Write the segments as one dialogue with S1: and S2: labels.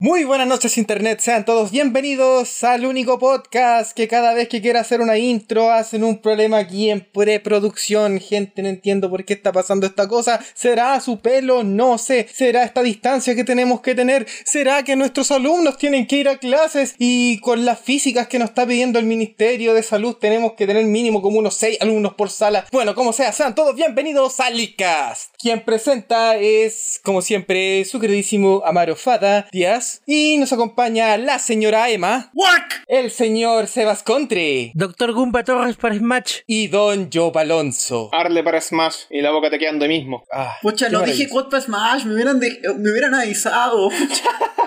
S1: Muy buenas noches Internet, sean todos bienvenidos al único podcast que cada vez que quiera hacer una intro hacen un problema aquí en preproducción. Gente, no entiendo por qué está pasando esta cosa. ¿Será su pelo? No sé. ¿Será esta distancia que tenemos que tener? ¿Será que nuestros alumnos tienen que ir a clases? Y con las físicas que nos está pidiendo el Ministerio de Salud tenemos que tener mínimo como unos 6 alumnos por sala. Bueno, como sea, sean todos bienvenidos a Licas. Quien presenta es, como siempre, su queridísimo Amaro Fata Díaz. Y nos acompaña la señora Emma,
S2: ¡Wack!
S1: el señor Sebas Contre
S3: Doctor Gumba Torres para Smash.
S1: y don Job Alonso.
S4: Arle para Smash y la boca te quedan de mismo.
S1: Ah,
S2: Pucha,
S1: qué
S2: no
S1: maravilla.
S2: dije Quad Smash, me hubieran, de- me hubieran avisado. Pucha.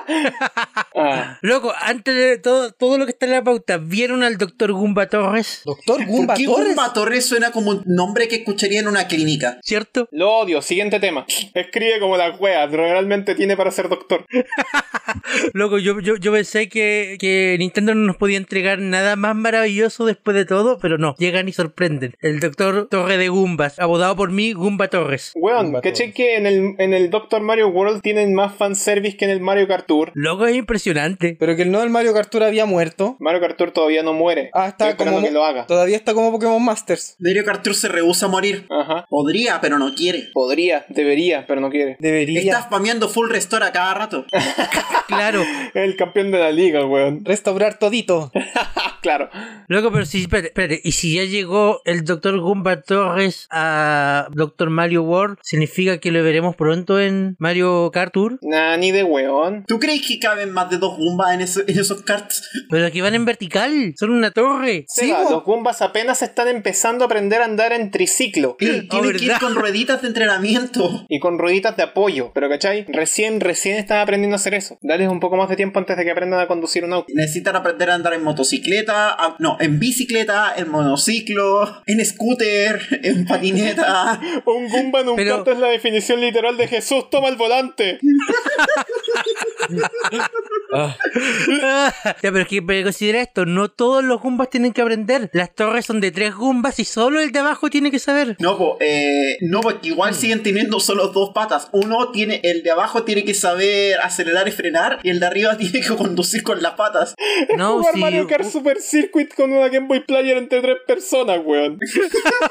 S4: Ah,
S3: Loco, antes de todo, todo lo que está en la pauta, ¿vieron al Doctor Gumba Torres?
S1: Doctor
S2: ¿Por
S1: Gumba
S2: qué
S1: Torres.
S2: Gumba Torres suena como un nombre que escucharía en una clínica?
S3: ¿Cierto?
S4: lo odio. Siguiente tema. Escribe como la wea, pero realmente tiene para ser doctor.
S3: Loco, yo, yo, yo pensé que, que Nintendo no nos podía entregar nada más maravilloso después de todo, pero no, llegan y sorprenden. El Doctor Torre de Gumbas, abodado por mí, Gumba Torres.
S4: Weón, caché que en el, en el Doctor Mario World tienen más fanservice que en el Mario Kart Tour.
S3: Loco, es impresionante.
S1: Pero que el no del Mario Kart Tour había muerto.
S4: Mario Kart Tour todavía no muere.
S1: Ah, está
S4: Estoy esperando
S1: como.
S4: que lo haga.
S1: Todavía está como Pokémon Masters.
S2: Dario Cartur se rehúsa a morir.
S4: Ajá.
S2: Podría, pero no quiere.
S4: Podría, debería, pero no quiere.
S2: Está
S1: Debería
S2: spameando full restore a cada rato.
S3: Claro.
S4: El campeón de la liga, weón.
S1: restaurar todito.
S4: Ah, claro.
S3: Loco, pero si, espérate, espérate, y si ya llegó el Doctor Gumba Torres a Doctor Mario World, ¿significa que lo veremos pronto en Mario Kart Tour?
S4: Nah, ni de weón.
S2: ¿Tú crees que caben más de dos Gumbas en, eso- en esos carts?
S3: Pero que van en vertical, son una torre.
S1: Sí,
S4: Seba,
S1: weón.
S4: los Goombas apenas están empezando a aprender a andar en
S1: Oh,
S4: triciclo.
S2: Tienen que ir
S3: ¿verdad?
S2: con rueditas de entrenamiento.
S4: Y con rueditas de apoyo. Pero, ¿cachai? Recién, recién están aprendiendo a hacer eso. Dales un poco más de tiempo antes de que aprendan a conducir un auto.
S2: Necesitan aprender a andar en motocicleta, a- no, en bicicleta, en monociclo, en scooter, en patineta.
S4: Un Goomba en un
S3: Pero-
S4: canto es la definición literal de Jesús, toma el volante.
S3: Ah, ya, pero es que pero considera esto, no todos los Goombas tienen que aprender. Las torres son de tres Goombas y solo el de abajo tiene que saber.
S2: No, po, eh, no, porque igual siguen teniendo solo dos patas. Uno tiene, el de abajo tiene que saber acelerar y frenar, y el de arriba tiene que conducir con las patas.
S3: No,
S4: Jugar
S3: si-
S4: Mario Kart Super Circuit con una Game Boy Player entre tres personas, weón.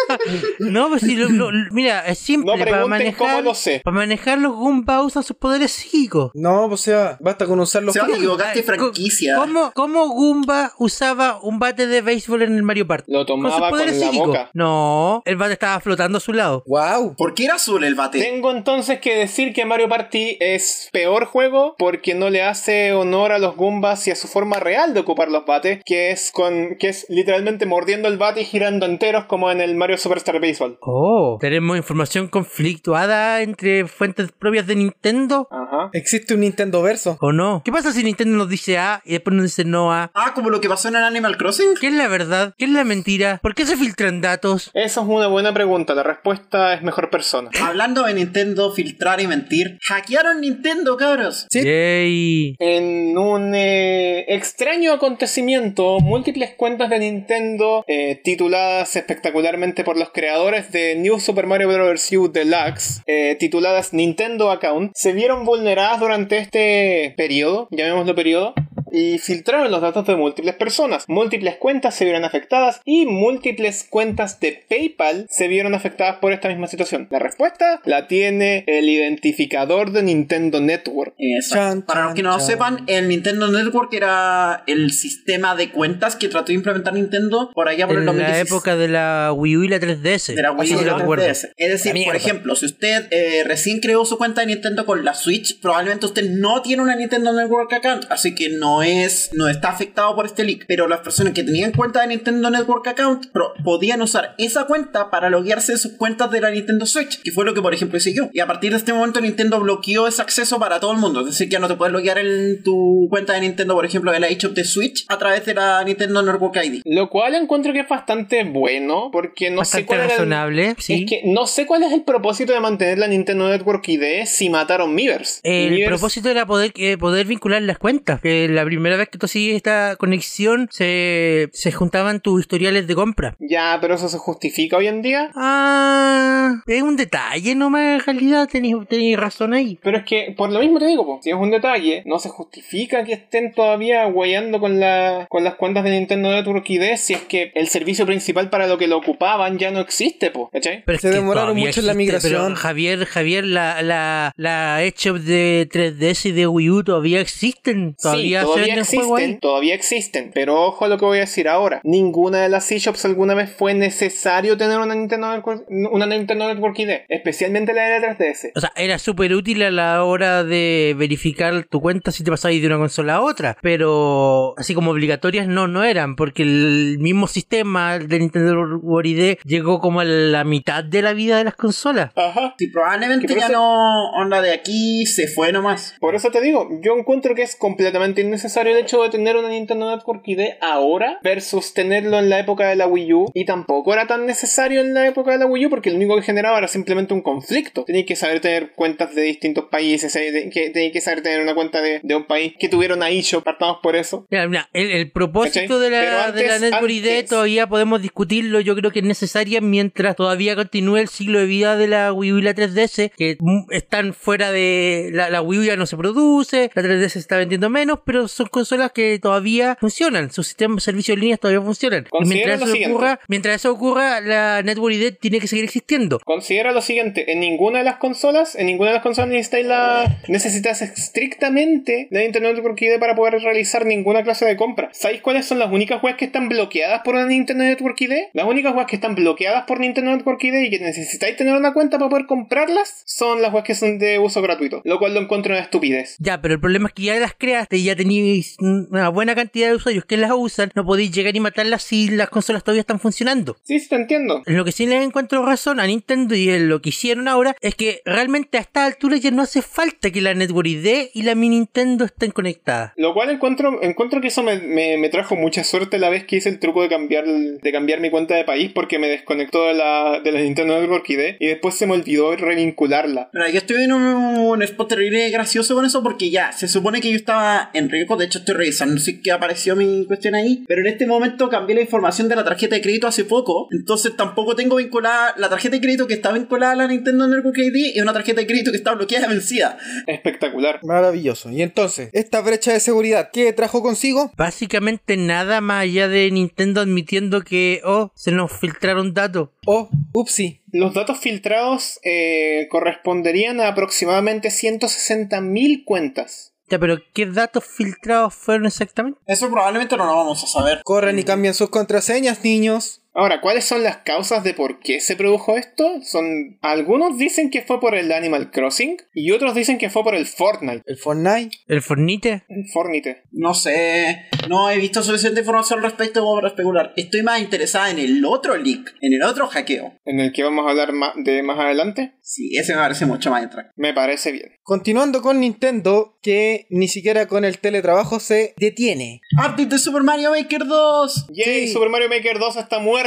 S3: no, pues si lo- lo- lo- mira, es simple.
S4: No
S3: para
S4: pregunten
S3: manejar,
S4: cómo lo sé.
S3: Para manejar los Goombas usan sus poderes psíquicos.
S1: No, o sea, basta con usar los.
S2: Se va a
S1: pies.
S2: equivocar de franquicia.
S3: ¿Cómo, ¿Cómo Goomba usaba un bate de béisbol en el Mario Party?
S4: Lo tomaba con la boca.
S3: No, el bate estaba flotando a su lado.
S1: Wow.
S2: ¿Por qué era azul el bate?
S4: Tengo entonces que decir que Mario Party es peor juego porque no le hace honor a los Goombas y a su forma real de ocupar los bates, que es con que es literalmente mordiendo el bate y girando enteros como en el Mario Superstar Baseball.
S3: Oh, tenemos información conflictuada entre fuentes propias de Nintendo.
S4: Ajá.
S1: Existe un Nintendo Verso.
S3: ¿O no? ¿Qué pasa si Nintendo nos dice A y después nos dice no A?
S2: Ah, como lo que pasó en el Animal Crossing.
S3: ¿Qué es la verdad? ¿Qué es la mentira? ¿Por qué se filtran datos?
S4: Esa es una buena pregunta, la respuesta es mejor persona.
S2: Hablando de Nintendo, filtrar y mentir. Hackearon Nintendo, cabros.
S1: Sí.
S3: Yay.
S4: En un eh, extraño acontecimiento, múltiples cuentas de Nintendo, eh, tituladas espectacularmente por los creadores de New Super Mario Bros. U Deluxe, eh, tituladas Nintendo Account, se vieron vulneradas durante este periodo, llamémoslo periodo, y filtraron los datos de múltiples personas. Múltiples cuentas se vieron afectadas y múltiples cuentas de PayPal se vieron afectadas por esta misma situación. La respuesta la tiene el identificador de Nintendo Network.
S2: Exacto.
S1: Chan,
S2: Para los
S1: chan,
S2: que no lo
S1: chan.
S2: sepan, el Nintendo Network era el sistema de cuentas que trató de implementar Nintendo por allá por el
S3: En la
S2: 2016.
S3: época de la Wii U y la 3DS.
S2: de la Wii
S3: Eso
S2: U
S3: sí
S2: y la
S3: lo recuerdo.
S2: 3DS. Es decir,
S1: La mierda.
S2: por ejemplo, si usted eh, recién creó su cuenta de Nintendo con la Switch, probablemente usted no tiene una Nintendo Network Account, así que no es no está afectado por este leak. Pero las personas que tenían cuenta de Nintendo Network Account pro- podían usar esa cuenta para loguearse en sus cuentas de la Nintendo Switch, que fue lo que por ejemplo hice yo. Y a partir de este momento Nintendo bloqueó ese acceso para todo el mundo, es decir, ya no te puedes loguear en tu cuenta de Nintendo, por ejemplo, de la eShop de Switch a través de la Nintendo Network ID.
S4: Lo cual encuentro que es bastante bueno, porque no sé
S3: Bastante
S4: cuál era el-
S3: razonable, sí.
S4: Es que no sé cuál es el propósito de mantener la Nintendo Network ID si mataron Miiverse.
S3: El
S4: Miiverse-
S3: propósito era poder, eh, poder vincular las cuentas, que la primera vez que tú hacías esta conexión, se, se juntaban tus historiales de compra.
S4: Ya, pero eso se justifica hoy en día.
S3: Ah, es un detalle nomás, en realidad, tenéis tenéis razón ahí.
S4: Pero es que, por lo mismo te digo, po, si es un detalle, no se justifica que estén todavía guayando con, la, con las cuentas de Nintendo Network ID si es que el servicio principal para lo que lo ocupaban ya no existe, po, ¿cachai?
S3: Pero es
S1: Se
S3: que
S1: demoraron
S3: todavía
S1: mucho en la migración.
S3: pero Javier, Javier, la, la, la eShop de 3DS y de Wii U todavía existen. Todavía,
S4: sí,
S3: se
S4: todavía
S3: venden juegos ahí.
S4: existen, todavía existen, pero ojo a lo que voy a decir ahora. Ninguna de las eShops alguna vez fue necesario tener una Nintendo Network, una Nintendo Network ID, especialmente la de la 3DS.
S3: O sea, era súper útil a la hora de verificar tu cuenta si te pasabas de una consola a otra, pero así como obligatorias no, no eran, porque el mismo sistema de Nintendo World ID llegó como a la mitad de la vida de las consolas.
S4: Ajá.
S2: Sí, probablemente
S4: Que por
S2: ya
S4: eso-
S2: no. Onda de aquí se fue nomás.
S4: Por eso te digo, yo encuentro que es completamente innecesario el hecho de tener una Nintendo Network ID ahora versus tenerlo en la época de la Wii U. Y tampoco era tan necesario en la época de la Wii U porque lo único que generaba era simplemente un conflicto. Tenías que saber tener cuentas de distintos países, eh, de- que tenías que saber tener una cuenta de, de un país que tuviera una eShop, partamos por eso.
S3: Mira, mira, el, el propósito
S4: ¿Cachai?
S3: de
S4: Pero
S3: la,
S4: antes-
S3: de la Network ID
S4: antes-
S3: todavía podemos discutirlo, yo creo que es necesaria mientras todavía continúe el ciclo de vida de la Wii U y la 3DS, que mm, están fuera de... La, la Wii U ya no se produce, la 3DS se está vendiendo menos, pero son consolas que todavía funcionan, sus sistemas, servicios de líneas todavía funcionan. Y
S4: Considero
S3: mientras
S4: lo
S3: eso,
S4: siguiente.
S3: ocurra, mientras eso ocurra, la Network ID tiene que seguir existiendo.
S4: Considera lo siguiente, en ninguna de las consolas, en ninguna de las consolas necesitáis la necesitas estrictamente la Nintendo Network ID para poder realizar ninguna clase de compra. ¿Sabéis cuáles son las únicas webs que están bloqueadas por una Nintendo Network ID? Las únicas webs que están bloqueadas por Nintendo Network ID y que necesitáis tener una cuenta para poder comprarlas son las webs que son de uso gratuito, lo cual lo encuentro una estupidez.
S3: Ya, pero el problema es que ya las creaste y ya tenéis una buena cantidad de usuarios que las usan, no podéis llegar y matarlas si las consolas todavía están funcionando.
S4: Sí, sí, te entiendo.
S3: Lo que sí les encuentro razón a Nintendo y en lo que hicieron ahora es que realmente a estas alturas ya no hace falta que la Network ID y la Mi Nintendo estén conectadas.
S4: Lo cual encuentro, encuentro que eso me, me- me trajo mucha suerte la vez que hice el truco de cambiar, de cambiar mi cuenta de país porque me desconectó de la, de la Nintendo Network ID y después se me olvidó revincularla.
S2: Pero yo estoy en un, un spot terrible gracioso con eso porque ya, se supone que yo estaba en riesgo, de hecho estoy revisando si es que apareció mi cuestión ahí, pero en este momento cambié la información de la tarjeta de crédito hace poco, entonces tampoco tengo vinculada la tarjeta de crédito que está vinculada a la Nintendo Network ID y una tarjeta de crédito que está bloqueada y vencida.
S4: Espectacular.
S1: Maravilloso. Y entonces, esta brecha de seguridad, ¿qué trajo consigo?
S3: Básicamente nada más allá de Nintendo admitiendo que, oh, se nos filtraron datos.
S1: Oh, upsi.
S4: Los datos filtrados eh, corresponderían a aproximadamente 160.000 cuentas.
S3: Ya, pero ¿qué datos filtrados fueron exactamente?
S2: Eso probablemente no lo vamos a saber.
S1: Corren y cambian sus contraseñas, niños.
S4: Ahora, ¿cuáles son las causas de por qué se produjo esto? Son algunos dicen que fue por el Animal Crossing y otros dicen que fue por el Fortnite.
S1: El Fortnite.
S3: ¿El Fornite?
S4: El Fortnite.
S2: No sé, no he visto suficiente información al respecto como para especular. Estoy más interesada en el otro leak, en el otro hackeo.
S4: En el que vamos a hablar ma- de más adelante.
S2: Sí, ese me parece mucho más atractivo.
S4: Me parece bien.
S1: Continuando con Nintendo, que ni siquiera con el teletrabajo se detiene.
S2: Update de Super Mario Maker 2.
S4: Yay,
S1: Sí.
S4: Super Mario Maker 2 está muerto.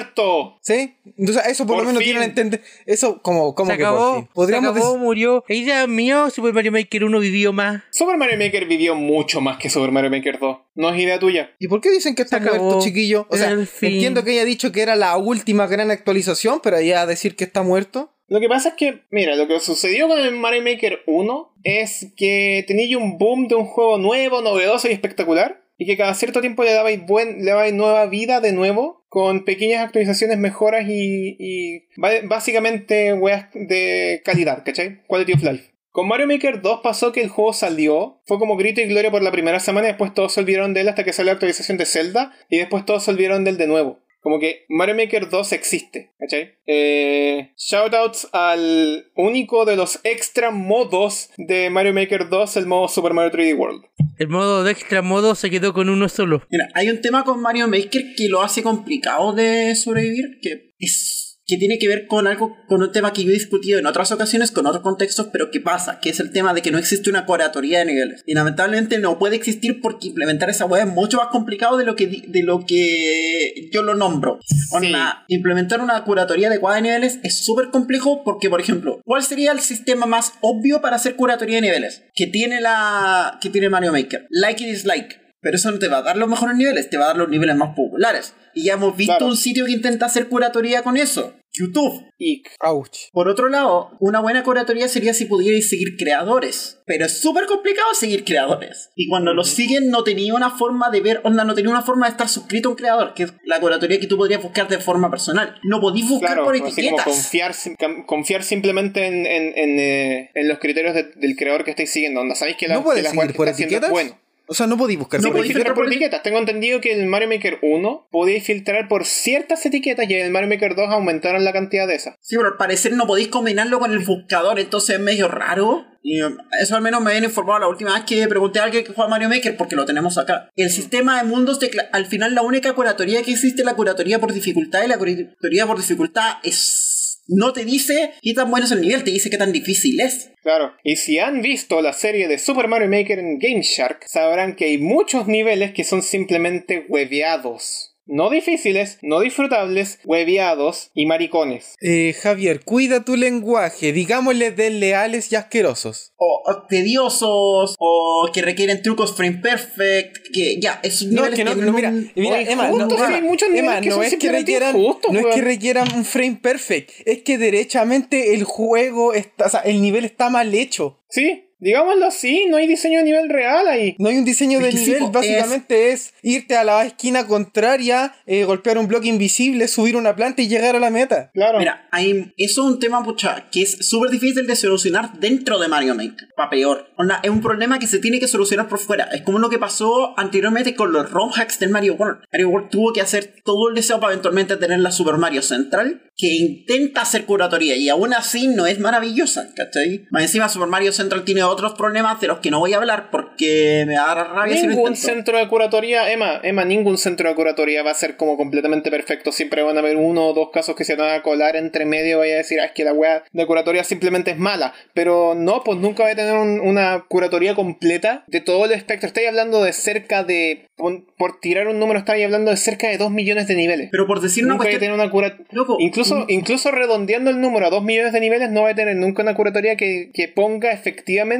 S1: ¿Sí? O sea, eso por,
S4: Por
S1: lo menos
S4: fin.
S1: quieren entender. Eso como, como
S3: Se
S1: que por
S3: acabó,
S1: fin.
S3: se
S1: Podríamos
S3: acabó,
S1: decir.
S3: murió. E idea mío, Super Mario Maker 1 vivió más.
S4: Super Mario Maker vivió mucho más que Super Mario Maker 2. No es idea tuya.
S1: ¿Y por qué dicen que
S3: Se
S1: está
S3: acabó.
S1: muerto, chiquillo? O sea,
S3: El fin.
S1: entiendo que ella ha dicho que era la última gran actualización, pero ya decir que está muerto.
S4: Lo que pasa es que, mira, lo que sucedió con el Mario Maker 1 es que tenía un boom de un juego nuevo, novedoso y espectacular. Y que cada cierto tiempo le dabais, buen, le dabais nueva vida de nuevo, con pequeñas actualizaciones, mejoras y, y ba- básicamente weas de calidad, ¿cachai? Quality of life. Con Mario Maker 2 pasó que el juego salió, fue como grito y gloria por la primera semana, y después todos se olvidaron de él hasta que salió la actualización de Zelda, y después todos se olvidaron de él de nuevo. Como que Mario Maker 2 existe, ¿cachai? Eh, shoutouts al único de los extra modos de Mario Maker 2, el modo Super Mario 3D World.
S3: El modo de extra modo se quedó con uno solo.
S2: Mira, hay un tema con Mario Maker que lo hace complicado de sobrevivir, que es que tiene que ver con algo, con un tema que yo he discutido en otras ocasiones, con otros contextos, pero que pasa, que es el tema de que no existe una curatoría de niveles. Y lamentablemente no puede existir porque implementar esa web es mucho más complicado de lo que, di- de lo que yo lo nombro. Onda, implementar una curatoría adecuada de niveles es súper complejo porque, por ejemplo, ¿cuál sería el sistema más obvio para hacer curatoría de niveles? Que tiene la, que tiene Mario Maker. Like y dislike. Pero eso no te va a dar los mejores niveles, te va a dar los niveles más populares. Y ya hemos visto
S4: Claro.
S2: un sitio que intenta hacer curatoría con eso. YouTube.
S4: Y
S1: Ouch.
S2: Por otro lado, una buena curatoría sería si pudierais seguir creadores. Pero es súper complicado seguir creadores. Y cuando los siguen no tenía una forma de ver, onda, no tenía una forma de estar suscrito a un creador, que es la curatoría que tú podrías buscar de forma personal. No podías buscar
S4: claro, pues
S2: por
S4: así como
S2: etiquetas.
S4: confiar, sim- cam- confiar simplemente en, en, en, eh, en los criterios de- del creador que estáis siguiendo. Onda, sabéis que la,
S1: ¿No podéis
S4: que la weá
S1: seguir
S4: que
S1: por
S4: está haciendo es
S1: etiquetas?
S4: buena.
S1: O sea, no podéis buscar
S2: No
S1: por
S4: podéis
S2: podéis
S1: etiquetas.
S2: filtrar
S4: filtrar por
S2: por
S4: etiquetas. Tengo entendido que en el Mario Maker 1 podéis filtrar por ciertas etiquetas y en el Mario Maker 2 aumentaron la cantidad de esas.
S2: Sí, pero al parecer no podéis combinarlo con el buscador, entonces es medio raro. Y um, eso al menos me habían informado la última vez que pregunté a alguien que juega Mario Maker, porque lo tenemos acá. El sistema de mundos, de cla- al final la única curatoría que existe es la curatoría por dificultad, y la curatoría por dificultad es... No te dice qué tan bueno es el nivel, te dice qué tan difícil es.
S4: Claro. Y si han visto la serie de Super Mario Maker en Game Shark, sabrán que hay muchos niveles que son simplemente hueveados. No difíciles, no disfrutables, hueveados y maricones.
S1: Eh, Javier, cuida tu lenguaje. Digámosle desleales y asquerosos.
S2: O, o tediosos, o que requieren trucos frame perfect, que ya, es un
S1: No, es que no, no, mira, mira,
S4: Oye,
S1: Emma, no,
S4: justo, sí,
S1: Emma,
S4: hay muchos niveles
S1: Emma,
S4: que
S1: no
S4: son
S1: es que
S4: simplemente
S1: requieran,
S4: injustos,
S1: no es que
S4: weón.
S1: requieran un frame perfect, es que derechamente el juego está, o sea, el nivel está mal hecho.
S4: Sí, digámoslo así, no hay diseño a nivel real ahí.
S1: No hay un diseño de
S2: Es que sí,
S1: nivel,
S2: po,
S1: básicamente es... irte a la esquina contraria, eh, golpear un bloque invisible, subir una planta y llegar a la meta.
S4: Claro.
S2: Mira, hay- eso es un tema pucha, que es súper difícil de solucionar dentro de Mario Maker. Para peor. Onda, es un problema que se tiene que solucionar por fuera. Es como lo que pasó anteriormente con los ROM hacks del Mario World. Mario World tuvo que hacer todo el deseo para eventualmente tener la Super Mario Central, que intenta hacer curatoría y aún así no es maravillosa, ¿cachai? Más encima, Super Mario Central tiene otros problemas de los que no voy a hablar porque me da rabia si lo
S4: Ningún
S2: intento.
S4: centro de curatoría, Emma, Emma, ningún centro de curatoría va a ser como completamente perfecto. Siempre van a haber uno o dos casos que se van a colar entre medio. Vaya a decir, ah, es que la wea de curatoría simplemente es mala. Pero no, pues nunca va a tener un- una curatoría completa de todo el espectro. Estáis hablando de cerca de. pon- Por tirar un número, estáis hablando de cerca de 2 millones de niveles.
S2: Pero por decir una
S4: nunca va a
S2: cuestión.
S4: tener una curatoría.
S2: Loco,
S4: Incluso, incluso redondeando el número a 2 millones de niveles, no va a tener nunca una curatoría que, que ponga efectivamente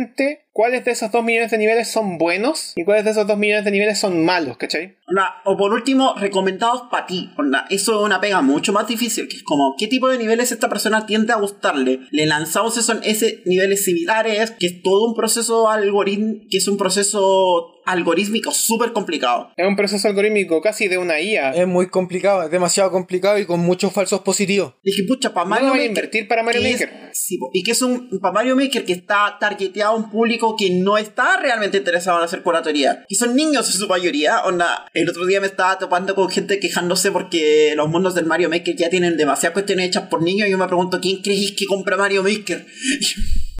S4: cuáles de esos 2 millones de niveles son buenos y cuáles de esos 2 millones de niveles son malos, ¿cachai?
S2: Onda, o por último, recomendados para ti. Onda, eso es una pega mucho más difícil, que es como, ¿qué tipo de niveles esta persona tiende a gustarle? Le lanzamos esos ese, niveles similares, que es todo un proceso algoritmo, que es un proceso algorítmico súper complicado.
S4: Es un proceso algorítmico casi de una IA.
S3: Eh,
S1: Es muy complicado, es demasiado complicado y con muchos falsos positivos.
S2: Dije, pucha, para Mario
S4: no voy a
S2: Maker,
S4: invertir para Mario
S2: que
S4: Maker.
S2: es- sí, po, y que es un para Mario Maker que está targeteado a un público que no está realmente interesado en hacer curatoría. Y son niños en su mayoría. Onda, el otro día me estaba topando con gente quejándose porque los mundos del Mario Maker ya tienen demasiadas cuestiones hechas por niños. Y yo me pregunto, ¿quién creéis que compra Mario Maker?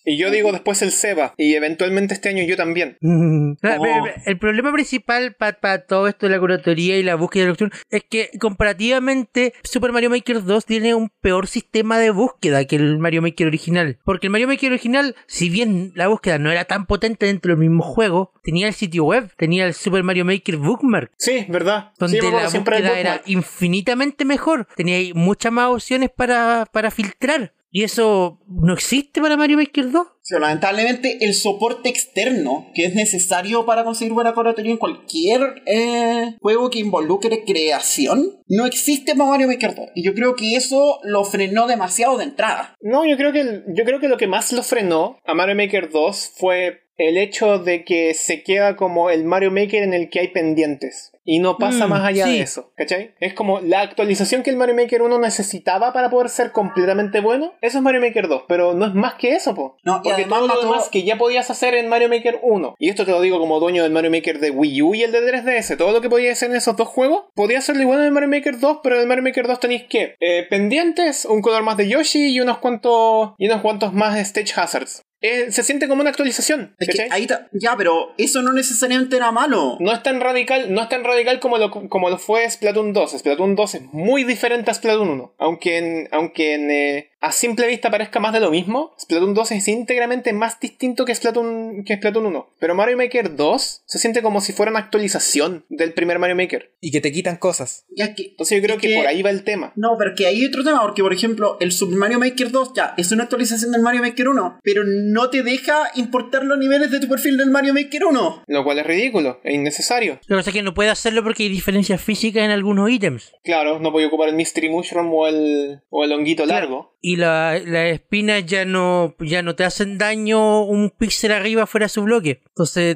S4: Y yo digo después el SEBA y eventualmente este año yo también.
S3: Mm. Ah,
S2: Oh.
S3: ve- ve- El problema principal para todo esto de la curatoría y la búsqueda de la opción es que comparativamente Super Mario Maker 2 tiene un peor sistema de búsqueda que el Mario Maker original. Porque el Mario Maker original, si bien la búsqueda no era tan potente dentro del mismo juego, tenía el sitio web, tenía el Super Mario Maker Bookmark.
S4: Sí, ¿verdad? Sí,
S3: Donde
S4: me acuerdo
S3: la
S4: siempre del
S3: búsqueda era
S4: bookmark.
S3: infinitamente mejor. Tenía ahí muchas más opciones para, para filtrar. Y eso no existe para Mario Maker 2.
S2: Pero lamentablemente el soporte externo que es necesario para conseguir buena curatoría en cualquier eh, juego que involucre creación no existe para Mario Maker 2. Y yo creo que eso lo frenó demasiado de entrada.
S4: No, yo creo, que, el- yo creo que lo que más lo frenó a Mario Maker 2 fue el hecho de que se queda como el Mario Maker en el que hay pendientes. Y no pasa
S3: Mm,
S4: más allá
S3: sí.
S4: de eso, ¿cachai? Es como la actualización que el Mario Maker 1 necesitaba para poder ser completamente bueno, eso es Mario Maker 2, pero no es más que eso, po.
S2: No, y
S4: Porque
S2: además
S4: todo lo
S2: mató-
S4: demás que ya podías hacer en Mario Maker 1, y esto te lo digo como dueño del Mario Maker de Wii U y el de 3DS, todo lo que podías hacer en esos dos juegos, podías hacerlo igual en el Mario Maker 2, pero en el Mario Maker 2 tenéis que eh, pendientes, un color más de Yoshi y unos cuantos, y unos cuantos más Stage Hazards. Eh, se siente como una actualización.
S2: Es que
S4: ¿cachai?
S2: ahí ta- ya, pero eso no necesariamente era malo.
S4: No es tan radical, no es tan radical como lo, como lo fue Splatoon 2. Splatoon 2 es muy diferente a Splatoon 1. Aunque en, aunque en, eh, a simple vista parezca más de lo mismo, Splatoon 2 es íntegramente más distinto que Splatoon, que Splatoon 1. Pero Mario Maker 2 se siente como si fuera una actualización del primer Mario Maker.
S1: Y que te quitan cosas.
S2: Ya que-
S4: Entonces yo creo
S2: es
S4: que por ahí va el tema.
S2: No, pero que hay otro tema, porque por ejemplo, el Super Mario Maker 2 ya es una actualización del Mario Maker 1, pero no te deja importar los niveles de tu perfil del Mario Maker 1.
S4: Lo cual es ridículo, es innecesario.
S3: Lo que pasa es que no puede hacerlo porque hay diferencias físicas en algunos ítems.
S4: Claro, no voy a ocupar el Mystery Mushroom o el, o el honguito largo.
S3: Y la- las espinas ya no, ya no te hacen daño un píxel arriba fuera de su bloque. Entonces,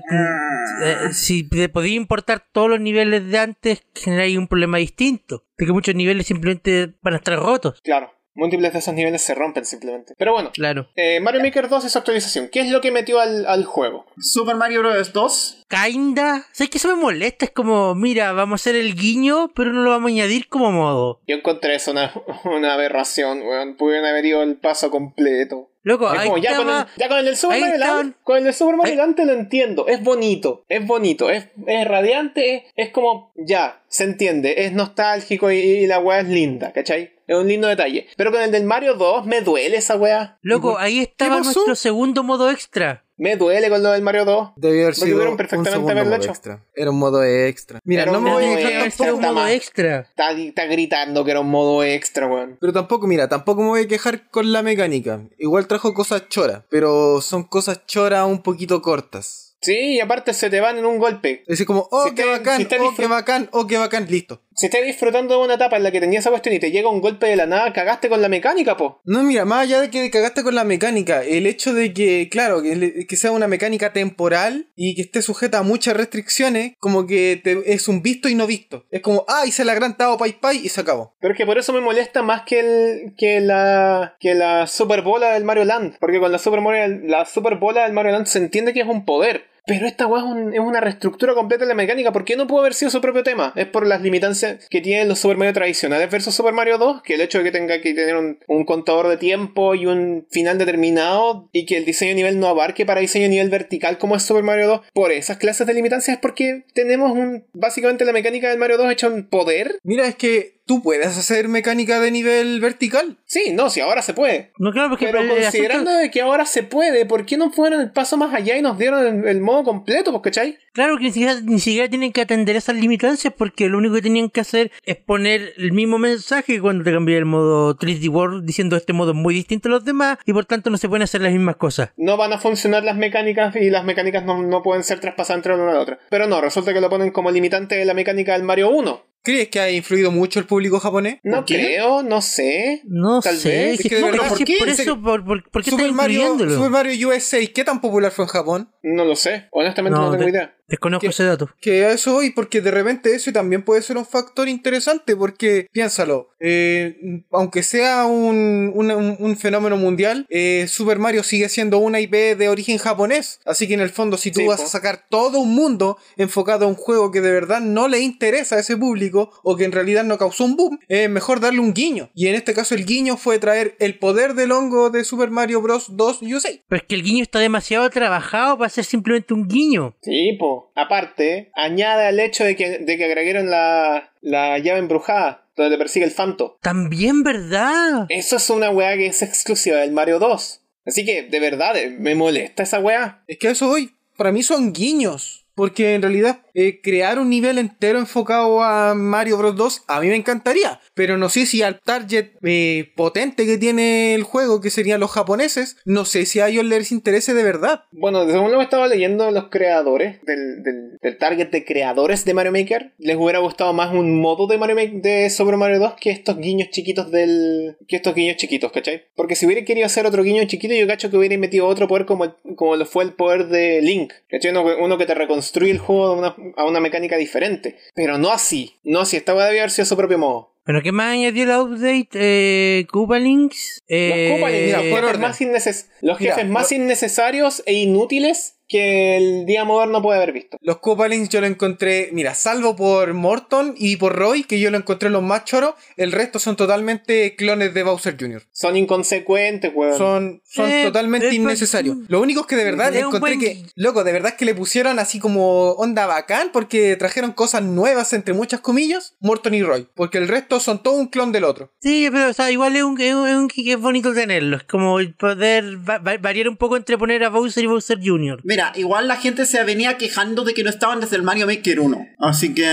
S3: eh, si te podías importar todos los niveles de antes, generáis un problema distinto. De que muchos niveles simplemente van a estar rotos.
S4: Claro, múltiples de esos niveles se rompen simplemente. Pero bueno,
S3: Claro.
S4: eh, Mario Maker 2 es actualización. ¿Qué es lo que metió al, al juego?
S2: Super Mario Bros. 2.
S3: Kinda. ¿Sabes que eso me molesta? Es como, mira, vamos a hacer el guiño, pero no lo vamos a añadir como modo.
S4: Yo encontré eso una, una aberración, weón. Pudieron haber ido el paso completo.
S3: Loco,
S4: Es
S3: ahí
S4: como, ya, con el,
S3: estaba-
S4: ya con el del Super
S3: ahí
S4: Mario
S3: estaban-
S4: Land, con el del Super Mario
S3: ahí-
S4: Land te lo entiendo. Es bonito, es bonito, es, es radiante, es, es como, ya, se entiende, es nostálgico y, y la weá es linda, ¿cachai? Es un lindo detalle. Pero con el del Mario 2 me duele esa weá.
S3: Loco, ahí estaba
S1: pasó?
S3: nuestro segundo modo extra.
S4: Me duele con lo del Mario 2.
S1: Debió haber
S4: Lo
S1: sido
S4: tuvieron
S1: un
S4: perfectamente
S1: segundo
S4: haberlo
S1: modo
S4: hecho.
S1: extra. Era un modo extra. Mira,
S4: Era
S1: no
S4: un
S1: me
S4: modo
S1: voy a
S3: Debería
S1: quejar
S4: extra.
S3: haber sido
S1: tampoco.
S3: un modo
S4: más.
S3: extra.
S4: Está, está gritando que era un modo extra, weón.
S1: Pero tampoco, mira, tampoco me voy a quejar con la mecánica. Igual trajo cosas choras, pero son cosas choras un poquito cortas.
S4: Sí, y aparte se te van en un golpe.
S1: Es decir, como, oh,
S4: Si
S1: qué
S4: te-
S1: bacán,
S4: si te
S1: oh,
S4: disfrut-
S1: qué bacán, oh, qué bacán, listo.
S4: Si estás disfrutando de una etapa en la que tenías esa cuestión y te llega un golpe de la nada, cagaste con la mecánica, po.
S1: No, mira, más allá de que cagaste con la mecánica, el hecho de que, claro, que, le- que sea una mecánica temporal y que esté sujeta a muchas restricciones, como que te- es un visto y no visto. Es como, ah, hice la gran Tao Pai Pai y se acabó.
S4: Pero es que por eso me molesta más que el que la que la super bola del Mario Land, porque con la super Mario- la super bola del Mario Land se entiende que es un poder. Pero esta weá es, un- es una reestructura completa de la mecánica. ¿Por qué no pudo haber sido su propio tema? Es por las limitancias que tienen los Super Mario tradicionales versus Super Mario 2, que el hecho de que tenga que tener un, un contador de tiempo y un final determinado y que el diseño de nivel no abarque para diseño de nivel vertical como es Super Mario 2. Por esas clases de limitancias es porque tenemos un, básicamente la mecánica del Mario 2 hecha un poder.
S1: Mira, es que tú puedes hacer mecánica de nivel vertical.
S4: Sí, no, si ahora se puede.
S3: No, claro, porque
S4: Pero
S3: el- el
S4: considerando
S3: asunto-
S4: de que ahora se puede, ¿por qué no fueron el paso más allá y nos dieron el, el modo completo, pues, cachai?
S3: claro que ni siquiera, ni siquiera tienen que atender esas limitancias porque lo único que tenían que hacer es poner el mismo mensaje cuando te cambié el modo 3D World diciendo este modo es muy distinto a los demás y por tanto no se pueden hacer las mismas cosas.
S4: No van a funcionar las mecánicas y las mecánicas no, no pueden ser traspasadas entre una a la otra. Pero no, resulta que lo ponen como limitante de la mecánica del Mario 1.
S1: ¿Crees que ha influido mucho el público japonés?
S4: No
S2: ¿Por qué?
S4: creo, no sé.
S3: No
S4: Tal
S3: sé,
S4: vez,
S3: es
S1: es
S3: que,
S1: que de
S3: no,
S1: verdad,
S3: es
S1: ¿por
S3: que
S1: qué?
S3: por
S1: En
S3: eso,
S1: serio,
S3: por, por- ¿por qué estás
S1: Super Mario,
S3: incluyéndolo?
S1: Super Mario USA, ¿qué tan popular fue en Japón?
S4: No lo sé. Honestamente no,
S3: No,
S4: tengo
S3: de-
S4: idea.
S3: Desconozco
S1: ¿Qué?
S3: ese dato.
S1: Que a eso voy, porque de repente eso también puede ser un factor interesante, porque piénsalo, eh, aunque sea un, un- un- un fenómeno mundial, eh, Super Mario sigue siendo una IP de origen japonés, así que en el fondo si tú
S4: Sí,
S1: vas
S4: po.
S1: a sacar todo un mundo enfocado a un juego que de verdad no le interesa a ese público o que en realidad no causó un boom, es mejor darle un guiño. Y en este caso el guiño fue traer el poder del hongo de Super Mario Bros. 2 USA.
S3: Pero es que el guiño está demasiado trabajado para ser simplemente un guiño.
S4: Sí, po. Aparte, añade al hecho de que, de que agregaron la, la llave embrujada, donde te persigue el fanto.
S3: También, ¿verdad?
S1: Eh.
S4: Eso es una weá que es exclusiva del Mario 2. Así que, de verdad, eh, me molesta esa weá.
S1: Es que a eso voy. Para mí son guiños. Porque en realidad eh, crear un nivel entero enfocado a Mario Bros. 2 a mí me encantaría. Pero no sé si al target eh, potente que tiene el juego, que serían los japoneses, no sé si a ellos les interese de verdad.
S4: Bueno, según lo que estaba leyendo, los creadores del, del- del target de creadores de Mario Maker, les hubiera gustado más un modo de Mario Maker de Super Mario 2 que estos guiños chiquitos del. que estos guiños chiquitos, ¿cachai? Porque si hubiera querido hacer otro guiño chiquito, yo cacho que hubiera metido otro poder como, el- como lo fue el poder de Link, ¿cachai? Uno, que- uno que te reconstruye el juego a una, a una mecánica diferente. Pero no así. No así, esta weá debía haber sido su propio modo.
S3: Bueno, ¿qué más añadió el update? Eh, Cuba Links.
S4: Los
S3: Eh,
S4: Koopalings,
S1: mira,
S4: los
S1: por
S4: jefes
S1: orden.
S4: más, inneces- los
S1: Mira,
S4: jefes más
S1: por-
S4: innecesarios e inútiles que el día moderno puede haber visto.
S1: Los Koopalings yo lo encontré, mira, salvo por Morton y por Roy, que yo lo encontré los más choros, el resto son totalmente clones de Bowser Jr.
S4: Son inconsecuentes, weón.
S1: Son, son
S3: Eh,
S1: totalmente
S3: eh, pues,
S1: innecesarios. Lo único es que de verdad
S3: es un
S1: encontré
S3: buen-
S1: que, loco, de verdad que le pusieron así como onda bacán porque trajeron cosas nuevas, entre muchas comillas, Morton y Roy, porque el resto son todo un clon del otro.
S3: Sí, pero o sea, igual es, un, es, un- es un que es bonito tenerlo. Es como poder va- va- variar un poco entre poner a Bowser y Bowser Jr.
S2: Mira, igual la gente se venía quejando de que no estaban desde el Mario Maker 1. Así que